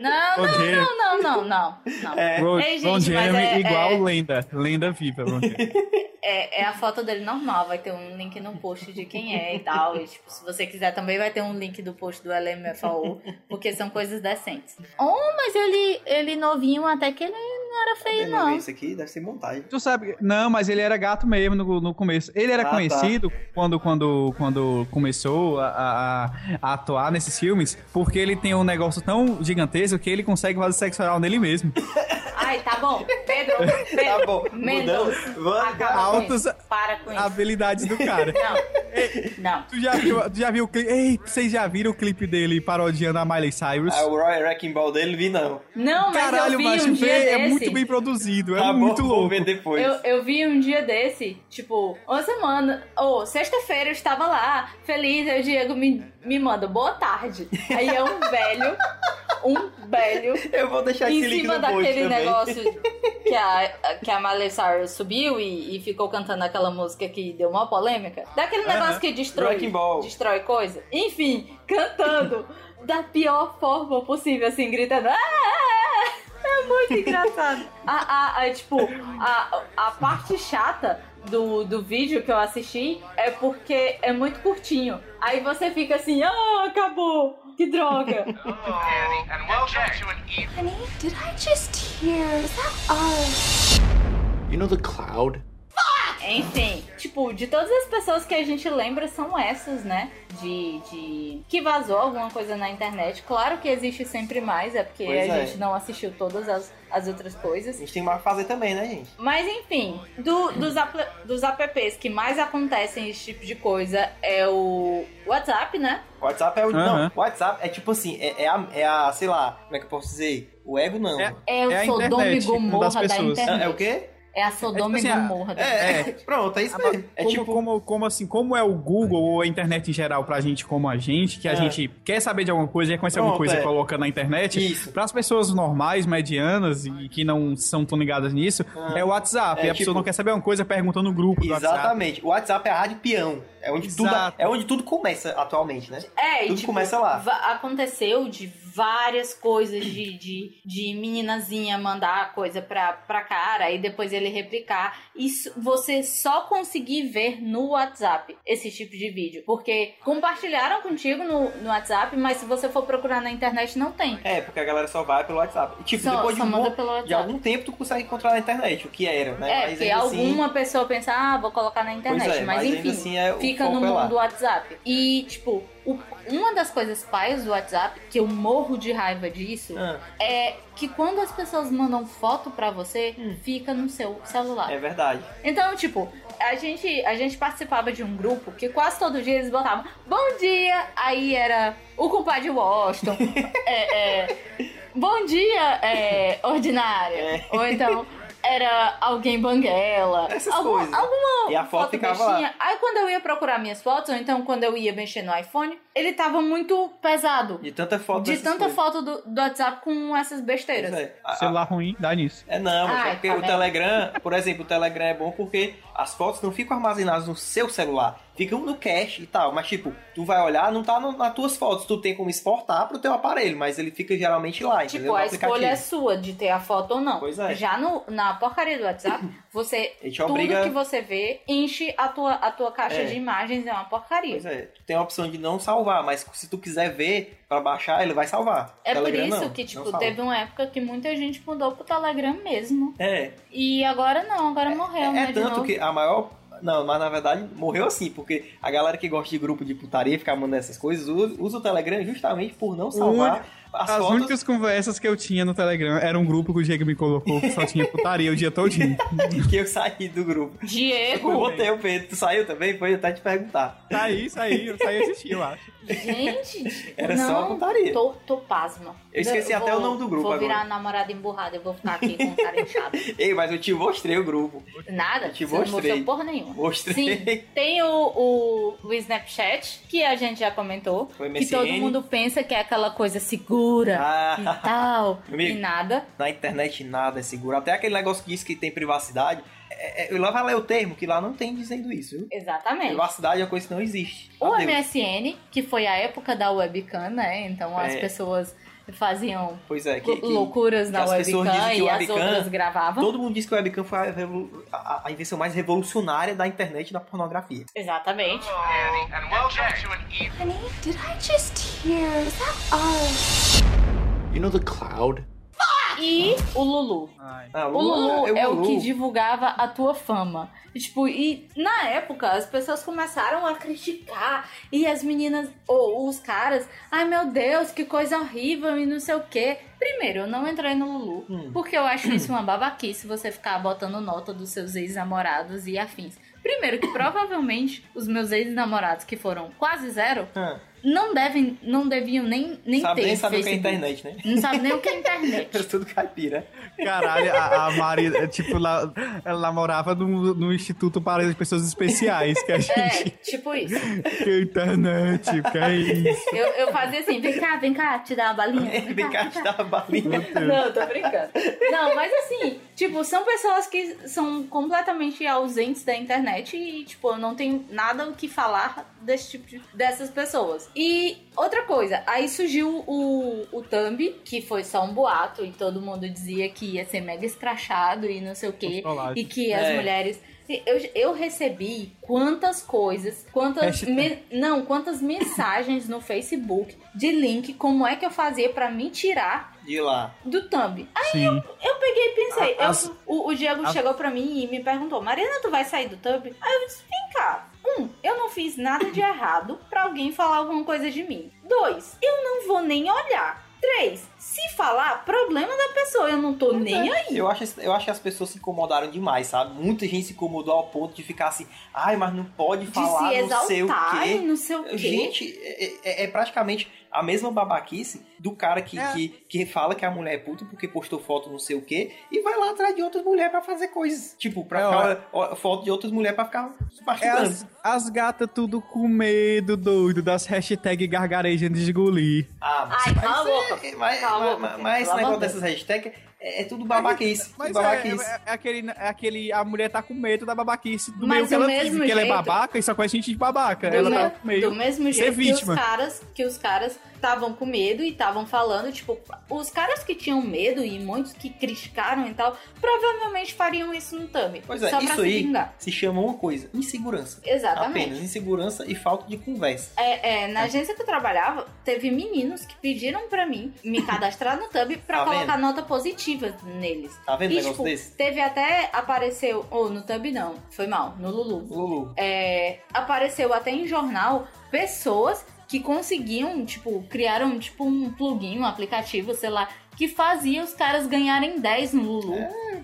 Não, Bom dia. não, não, não, não, não, não. É. Ron, Ei, gente, Ron mas Jeremy é- igual é- lenda. Lenda viva, Ron Jeremy. É, é a foto dele normal, vai ter um link no post de quem é e tal. E, tipo, se você quiser também vai ter um link do post do LMFAO, porque são coisas decentes. Oh, mas ele, ele novinho até que ele não era feio, Deixa eu ver não. Isso aqui deve ser montagem. *laughs* Tu sabe, não, mas ele era gato mesmo no, no começo. Ele era Ah, tá. conhecido quando, quando, quando começou a, a- a atuar nesses filmes, porque ele tem um negócio tão gigantesco que ele consegue fazer sexo oral nele mesmo. Ai, tá bom. Pedro, Pedro. *laughs* Tá bom, Mendoza. mudando. Vamos, Acaba com Altas isso. Para com isso. habilidades do *laughs* cara. Não. Tu já viu, tu já viu o clipe? Ei, vocês já viram o clipe dele parodiando a Miley Cyrus? Ah, o Roy Wrecking Ball dele, vi É não. Não, mas eu Caralho, vi macho, um vê, dia desse. é muito bem produzido, é tá muito bom, vou louco. ver depois. Eu, eu vi um dia desse, tipo, uma semana, ou sexta-feira eu estava lá, feliz, aí o Diego me, me manda boa tarde. Aí é um velho, um velho, Eu vou deixar em esse link cima no post daquele também. negócio que a, que a Miley Cyrus subiu e, e ficou cantando aquela música que deu uma polêmica. Daquele Aham. negócio que destrói, Wrecking Ball. destrói coisa. Enfim, cantando da pior forma possível, assim, gritando. "Ah!" É *laughs* muito engraçado. A, a, a, tipo, a, a parte chata do, do vídeo que eu assisti é porque é muito curtinho. Aí você fica assim, ah, acabou! Que droga! Danny, and welcome to an even. Honey, did I just hear? Is that ours? You know the cloud? Enfim, tipo, de todas as pessoas que a gente lembra são essas, né? De, de. que vazou alguma coisa na internet. Claro que existe sempre mais, é porque Pois a é. gente não assistiu todas as, as outras A coisas. gente tem mais pra fazer também, né, gente? Mas enfim, do- dos, apl- dos apps que mais acontecem esse tipo de coisa é o WhatsApp, né? WhatsApp é o. Aham. Não, WhatsApp é tipo assim, é, é a, é a, sei lá, como é que eu posso dizer? O ego não. É. É o É a Sodoma e internet, Gomorra das da pessoas. internet. É, é o quê? É a Sodoma É tipo e assim, a- Gomorra da É, é. pronto, é isso mesmo. É como, tipo. como, como assim, como é o Google ou a internet em geral pra gente como a gente, que a É. gente quer saber de alguma coisa, já conhece alguma Pronto, coisa é. e coloca na internet, Isso. Para as pessoas normais, medianas e que não são tão ligadas nisso, Ah. é o WhatsApp. É, e a pessoa tipo- não quer saber uma coisa, pergunta no grupo do WhatsApp. Exatamente. O WhatsApp é a rádio peão. É onde, tudo, Exato. é onde tudo começa atualmente, né? É, e Tudo tipo, começa lá. va- aconteceu de várias coisas de, de, de meninazinha mandar coisa pra, pra cara e depois ele replicar. Isso você só conseguir ver no WhatsApp esse tipo de vídeo. Porque compartilharam contigo no, no WhatsApp, mas se você for procurar na internet, não tem. É, porque a galera só vai pelo WhatsApp. E tipo, Só, depois de, só um- manda pelo de WhatsApp. algum tempo tu consegue encontrar na internet o que era, né? É, Mas porque ainda assim- alguma pessoa pensa, ah, vou colocar na Pois internet. é, mas, ainda enfim, assim é, o fica foco no é lá. mundo do WhatsApp. E, tipo, o- uma das coisas pais do WhatsApp, que eu morro de raiva disso, Ah, é que quando as pessoas mandam foto pra você, fica no seu celular. Hum. é verdade. Então, tipo, a gente, a gente participava de um grupo que quase todo dia eles botavam Bom dia, aí era o compadre *laughs* Washington, é, é, Bom dia, é, ordinária. É. Ou então era alguém banguela. Essas alguma, coisas. alguma E a foto ficava lá. bestinha. Aí quando eu ia procurar minhas fotos, ou então quando eu ia mexer no iPhone, ele tava muito pesado. De tanta foto De dessas tanta coisas. foto do, do WhatsApp com essas besteiras. Pois é. A- a- Celular ruim, dá nisso. É não, mas Ai, é porque tá o vendo? Telegram, por exemplo, o Telegram é bom porque as fotos não ficam armazenadas no seu celular, ficam no cache e tal, mas tipo, tu vai olhar, não tá no- nas tuas fotos, tu tem como exportar pro teu aparelho, mas ele fica geralmente lá, entendeu? Tipo, No a aplicativo. escolha é sua de ter a foto ou não. Pois é. Já no, na porcaria do *coughs* WhatsApp, você. Ele te Tudo obriga. que você vê enche a tua, a tua caixa É. de imagens, é uma porcaria. Pois é, tu tem a opção de não salvar, mas se tu quiser ver pra baixar, ele vai salvar. É por Telegram isso Tá não, que, não tipo, salva. teve uma época que muita gente mudou pro Telegram mesmo. É, E agora não, agora morreu, né? é de tanto novo. que a maior. Não, mas na verdade morreu assim, porque a galera que gosta de grupo de putaria, ficar mandando essas coisas, usa, usa o Telegram justamente por não salvar as, As fotos. únicas conversas que eu tinha no Telegram era um grupo que o Diego me colocou que só tinha putaria o *laughs* dia todinho. que eu saí do grupo. *laughs* Eu Diego! botei o Pedro, tu saiu também? Foi até te perguntar. Saí, saí, eu saí assistir, eu acho. gente, Era não, só putaria. Tô, tô pasma. Eu esqueci vou- até o nome do grupo Vou agora. virar namorada emburrada, eu vou ficar aqui com um cara *laughs* inchada. Ei, mas eu te mostrei o grupo. Nada, Eu te você não mostrou mostrei. porra nenhuma. Mostrei. *laughs* Sim, tem o, o, o Snapchat, que a gente já comentou, O que todo MSN. mundo pensa que é aquela coisa segura *laughs* e Ah, tal, Amigo. e nada. na internet nada é seguro. Até aquele negócio que diz que tem privacidade. É, é, lá vai ler o termo, que lá não tem dizendo isso, viu? Exatamente. Privacidade é uma coisa que não existe. O Adeus. MSN, que foi a época da webcam, né? Então as É. pessoas faziam Pois é, que, que- loucuras na que as pessoas webcam dizem que e as webcam- outras gravavam. todo mundo diz que o webcam foi a, revolu- a- a invenção mais revolucionária da internet e da pornografia. Exatamente. Annie, and welcome to an even. Honey, did I just hear? Is that ours? You know the cloud? E o Lulu. Ah, O Lulu é, o Lulu. que divulgava a tua fama. E, Tipo, e na época as pessoas começaram a criticar. E as meninas, ou os caras, ai meu Deus, que coisa horrível e não sei o quê. Primeiro, eu não entrei no Lulu, Hum. porque eu acho *clears throat* isso uma babaquice você ficar botando nota dos seus ex-namorados e afins. *clears throat* Primeiro, que provavelmente os meus ex-namorados, que foram quase zero, Ah, não devem, não deviam nem, nem sabe ter. nem saber o que é Facebook. internet, né? *laughs* Não sabe nem o que é internet. É tudo caipira. Caralho, a, a Mari, é, tipo, lá, ela morava num, num instituto para as pessoas especiais que a É, gente. tipo isso. Que é internet, o que é isso? Eu, eu fazia assim, vem cá, vem cá, te dar uma balinha. *laughs* *laughs* Vem cá, te dá uma balinha. Não, eu tô brincando. Não, mas assim, tipo, são pessoas que são completamente ausentes da internet e, tipo, eu não tenho nada o que falar desse tipo de- dessas pessoas. E outra coisa, aí surgiu o, o Thumb, que foi só um boato e todo mundo dizia que ia ser mega escrachado e não sei o quê. Chocolate. E que as É. mulheres. Eu, eu recebi quantas coisas, quantas. Hashtag. me- não, quantas mensagens no Facebook de link, como é que eu fazia pra me tirar De lá. do thumb. Aí Sim. eu peguei e pensei. A- eu- as- o, o Diego as- chegou pra mim e me perguntou: Marina, tu vai sair do thumb? Aí eu disse: vem cá. Um, eu não fiz nada de errado pra alguém falar alguma coisa de mim. Dois, eu não vou nem olhar. Três, se falar, problema da pessoa. Eu não tô nem aí. é. Eu acho, eu acho que as pessoas se incomodaram demais, sabe? Muita gente se incomodou ao ponto de ficar assim, ai, mas não pode De falar, se não sei o exaltar e quê. não sei o quê. Gente, é, é- é praticamente a mesma babaquice do cara que, É. que, que fala que a mulher é puta porque postou foto não sei o quê e vai lá atrás de outras mulheres pra fazer coisas. Tipo, pra É, ficar, ó, foto de outras mulheres pra ficar É partilhando. as, as gatas tudo com medo doido das hashtag gargarejantes de engolir. Ah, Ai, cala a é- boca. é- mas, Cala a mas- boca, mas- Pedro, mas esse pelo negócio amor de dessas hashtags é, é tudo babaquice. Mas tudo é, babaquice. é, é aquele, é aquele. A mulher tá com medo da babaquice do Mas meio que do ela mesmo vive, que ela é jeito- babaca e só conhece gente de babaca. Do, ela me- tá com medo. do mesmo ser jeito que os vítima. caras que os caras estavam com medo e estavam falando, tipo, os caras que tinham medo e muitos que criticaram e tal, provavelmente fariam isso no Tami. Pois é, só pra isso se aí vingar. se chama uma coisa: insegurança. Apenas Exatamente. insegurança e falta de conversa. É, é, na agência que eu trabalhava, teve meninos que pediram pra mim me cadastrar no Tub pra Tá colocar vendo? nota positiva neles. Tá vendo um E, negócio tipo, desse? teve até apareceu, ou no Tub não, foi mal, no Lulu. Lulu. é, apareceu até em jornal pessoas que conseguiam, tipo, criaram tipo um plugin, um aplicativo, sei lá, que fazia os caras ganharem 10 no Lulu.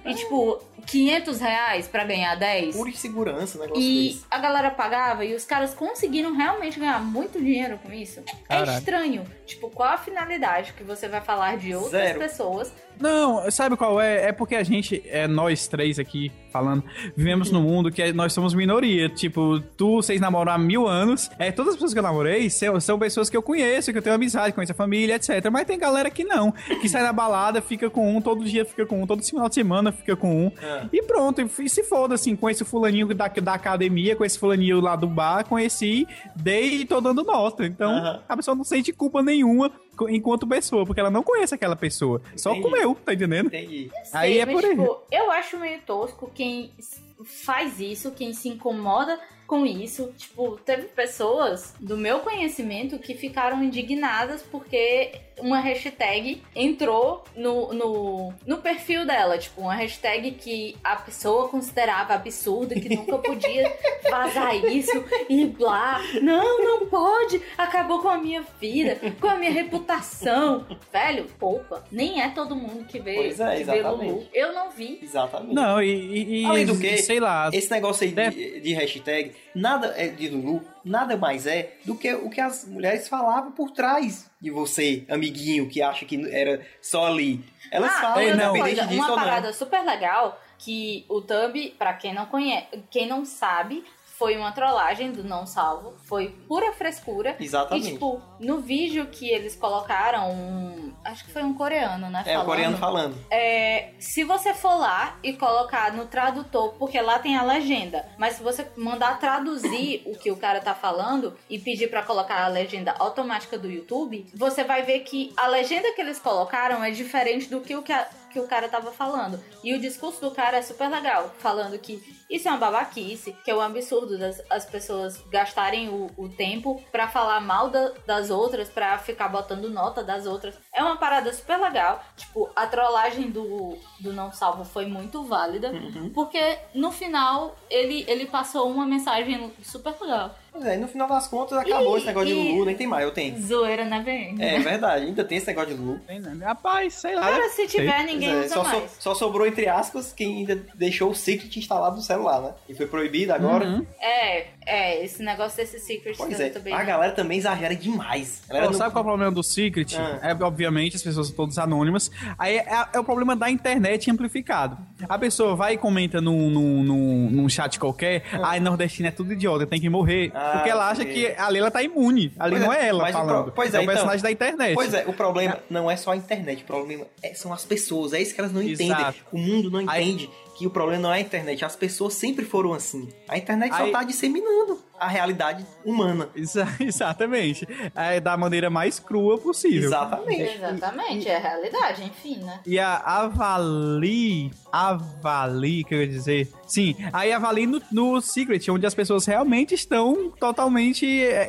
e tipo, 500 reais pra ganhar 10. Pura insegurança, um negócio E desse. a galera pagava e os caras conseguiram realmente ganhar muito dinheiro com isso. É- É Caralho. estranho. Tipo, qual a finalidade que você vai falar de outras Zero. pessoas? Não, sabe qual é? É porque a gente, é nós três aqui falando, vivemos num mundo que é, nós somos minoria. Tipo, tu, vocês namoram há mil anos. É, todas as pessoas que eu namorei são, são pessoas que eu conheço, que eu tenho amizade, conheço a família, etc. Mas tem galera que não, que sai na balada, fica com um todo dia, fica com um, todo final de semana fica com um. Ah. E pronto, e f- e se foda, assim, conheci o fulaninho da, da academia, conheci o fulaninho lá do bar, conheci, dei e tô dando nota. Então, Aham. a pessoa não sente culpa nenhuma co- enquanto pessoa, porque ela não conhece aquela pessoa. Só Entendi. comeu, tá entendendo? Entendi. Sei, Aí é mas, por aí. tipo, eu acho meio tosco quem s- faz isso, quem se incomoda com isso. Tipo, teve pessoas do meu conhecimento que ficaram indignadas porque uma hashtag entrou no, no, no perfil dela. Tipo, uma hashtag que a pessoa considerava absurda, que nunca podia vazar isso e blá. Não, não pode. Acabou com a minha vida, com a minha reputação. Velho, poupa. Nem é todo mundo que vê, Pois é, que vê exatamente. Lulu. Eu não vi. Exatamente. Não, e, e- e- Além do que, sei lá. Esse negócio aí É. de, de hashtag, nada é de Lulu, nada mais é do que o que as mulheres falavam por trás de você, amiguinho, que acha que era só ali. Elas ah, falam, e outra independente coisa, disso uma ou não. parada super legal que o Thumb, pra quem não conhece, quem não sabe, foi uma trollagem do Não Salvo, foi pura frescura. Exatamente. E tipo, no vídeo que eles colocaram, um, acho que foi um coreano, né? é, o coreano falando. É, se você for lá e colocar no tradutor, porque lá tem a legenda, mas se você mandar traduzir o que o cara tá falando e pedir pra colocar a legenda automática do YouTube, você vai ver que a legenda que eles colocaram é diferente do que o, que a- que o cara tava falando. E o discurso do cara é super legal, falando que isso é uma babaquice, que é um absurdo das, as pessoas gastarem o, o tempo pra falar mal da- das outras, pra ficar botando nota das outras. É uma parada super legal. Tipo, a trollagem do, do Não Salvo foi muito válida, Uhum. porque no final ele, ele passou uma mensagem super legal. Mas aí, é, no final das contas, acabou Ih, esse negócio de ih. Lulu, nem tem mais, eu tenho. Zoeira, né, bem? É verdade, ainda tem esse negócio de Lulu. Rapaz, sei lá. Cara, se tiver, ninguém Pois é, usa só, so- mais. só sobrou, entre aspas, quem ainda deixou o Secret instalado no celular, né? E foi proibido agora. Uhum. É, é, esse negócio desse Secret Pois Santa é, também. a né? galera também exagera demais. A galera Pô, não- Sabe qual é o problema do Secret? Ah. É, obviamente, as pessoas são todas anônimas. Aí é, é o problema da internet amplificado. A pessoa vai e comenta num, num, num, num chat qualquer, ai, nordestina é tudo idiota, tem que morrer. Ah, porque ela acha ok. que ali ela tá imune. Ali Pois não é, é ela mas o pro- falando. pois é, é, o personagem então. da internet. Pois é, o problema não é só a internet, o problema é- são as pessoas, é isso que elas não entendem. Exato. O mundo não Aí- entende que o problema não é a internet, as pessoas sempre foram assim. A internet só Aí- tá disseminando a realidade humana. *laughs* Exa- exatamente. É da maneira mais crua possível. Exatamente. Exatamente, é a realidade, enfim, né? E a Avali, Avali, que eu ia dizer. Sim, aí Avali no, no Secret, onde as pessoas realmente estão totalmente é,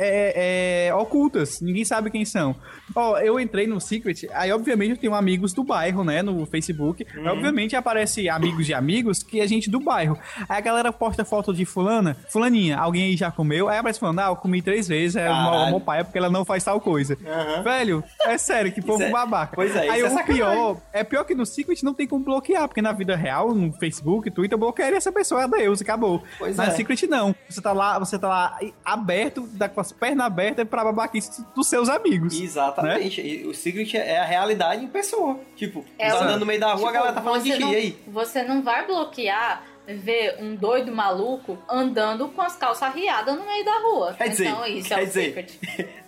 é, é, ocultas. Ninguém sabe quem são. Ó, eu entrei no Secret, aí obviamente eu tenho amigos do bairro, né, no Facebook. Aí, Obviamente aparece amigos de amigos que é gente do bairro. Aí a galera posta foto de fulana, fulaninha, alguém aí já comeu? Aí aparece falando, ah, eu comi três vezes, é uma Caralho. homopaia porque ela não faz tal coisa. Aham. Velho, é sério, que povo é- babaca. pois é, Aí isso é o pior, é pior que no Secret não tem como bloquear, porque na vida real, no Facebook, Twitter, bloqueia essa pessoa, adeus, acabou. Pois na é. Secret não. Você tá lá, você tá lá aberto, da, com as pernas abertas pra babaquice dos seus amigos. Exatamente. E o Secret é a realidade em pessoa. Tipo, É, tá o- andando no meio da rua, Tipo, a galera tá falando de você ti, não- e aí? Você não vai bloquear ver um doido maluco andando com as calças arriadas no meio da rua. Quer dizer, então isso é quer o dizer. secret.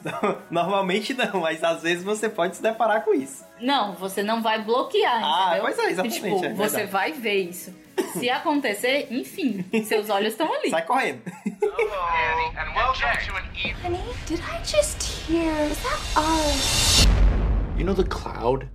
*laughs* Normalmente não, mas às vezes você pode se deparar com isso. Não, você não vai bloquear, Ah, entendeu? pois é, exatamente, Tipo, é você verdade. vai ver isso. Se acontecer, enfim, seus olhos estão ali. Sai correndo. Annie, and welcome to an evening. Honey, did I just hear? Is that ours? You know the cloud?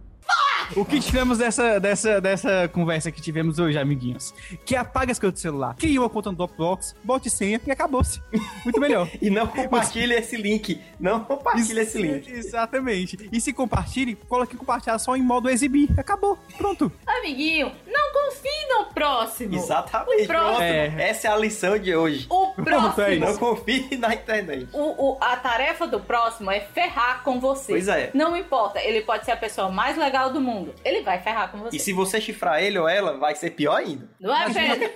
O que tiramos dessa, dessa, dessa conversa que tivemos hoje, amiguinhos? Que apaga as coisas do celular, cria uma conta no Dropbox, bote senha e acabou-se. Muito melhor. E não compartilha esse link. Não *laughs* compartilha esse link. Exatamente. E se compartilhe, coloque compartilhar só em modo exibir. Acabou. Pronto. Amiguinho, não confie no próximo. *laughs* Exatamente. O próximo. Pronto. É. Essa é a lição de hoje. O Pronto, é próximo. Não confie na internet. O- o- a tarefa do próximo é ferrar com você. Pois é. Não importa, ele pode ser a pessoa mais legal do mundo. Ele vai ferrar com você. E se você chifrar ele ou ela, vai ser pior ainda. Não é, Pedro?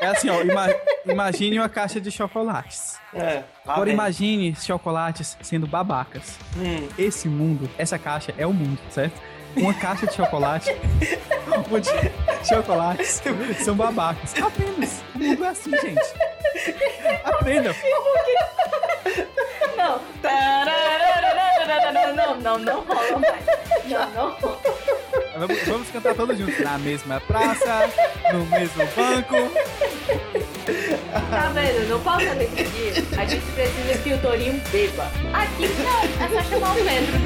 É assim, ó. ima- imagine uma caixa de chocolates. É. Agora Amém. imagine chocolates sendo babacas. Hum. Esse mundo, essa caixa é o mundo, certo? Uma caixa de chocolate. onde chocolates são babacas. Apenas. O mundo é assim, gente. Aprenda. Não. Tararararararara. Não, não, não rola mais. Não, não rola. Vamos, vamos cantar todos juntos. Na mesma praça, no mesmo banco. Tá vendo? Não posso decidir. A gente precisa que o Torinho beba. Aqui não, é só chamar o Pedro.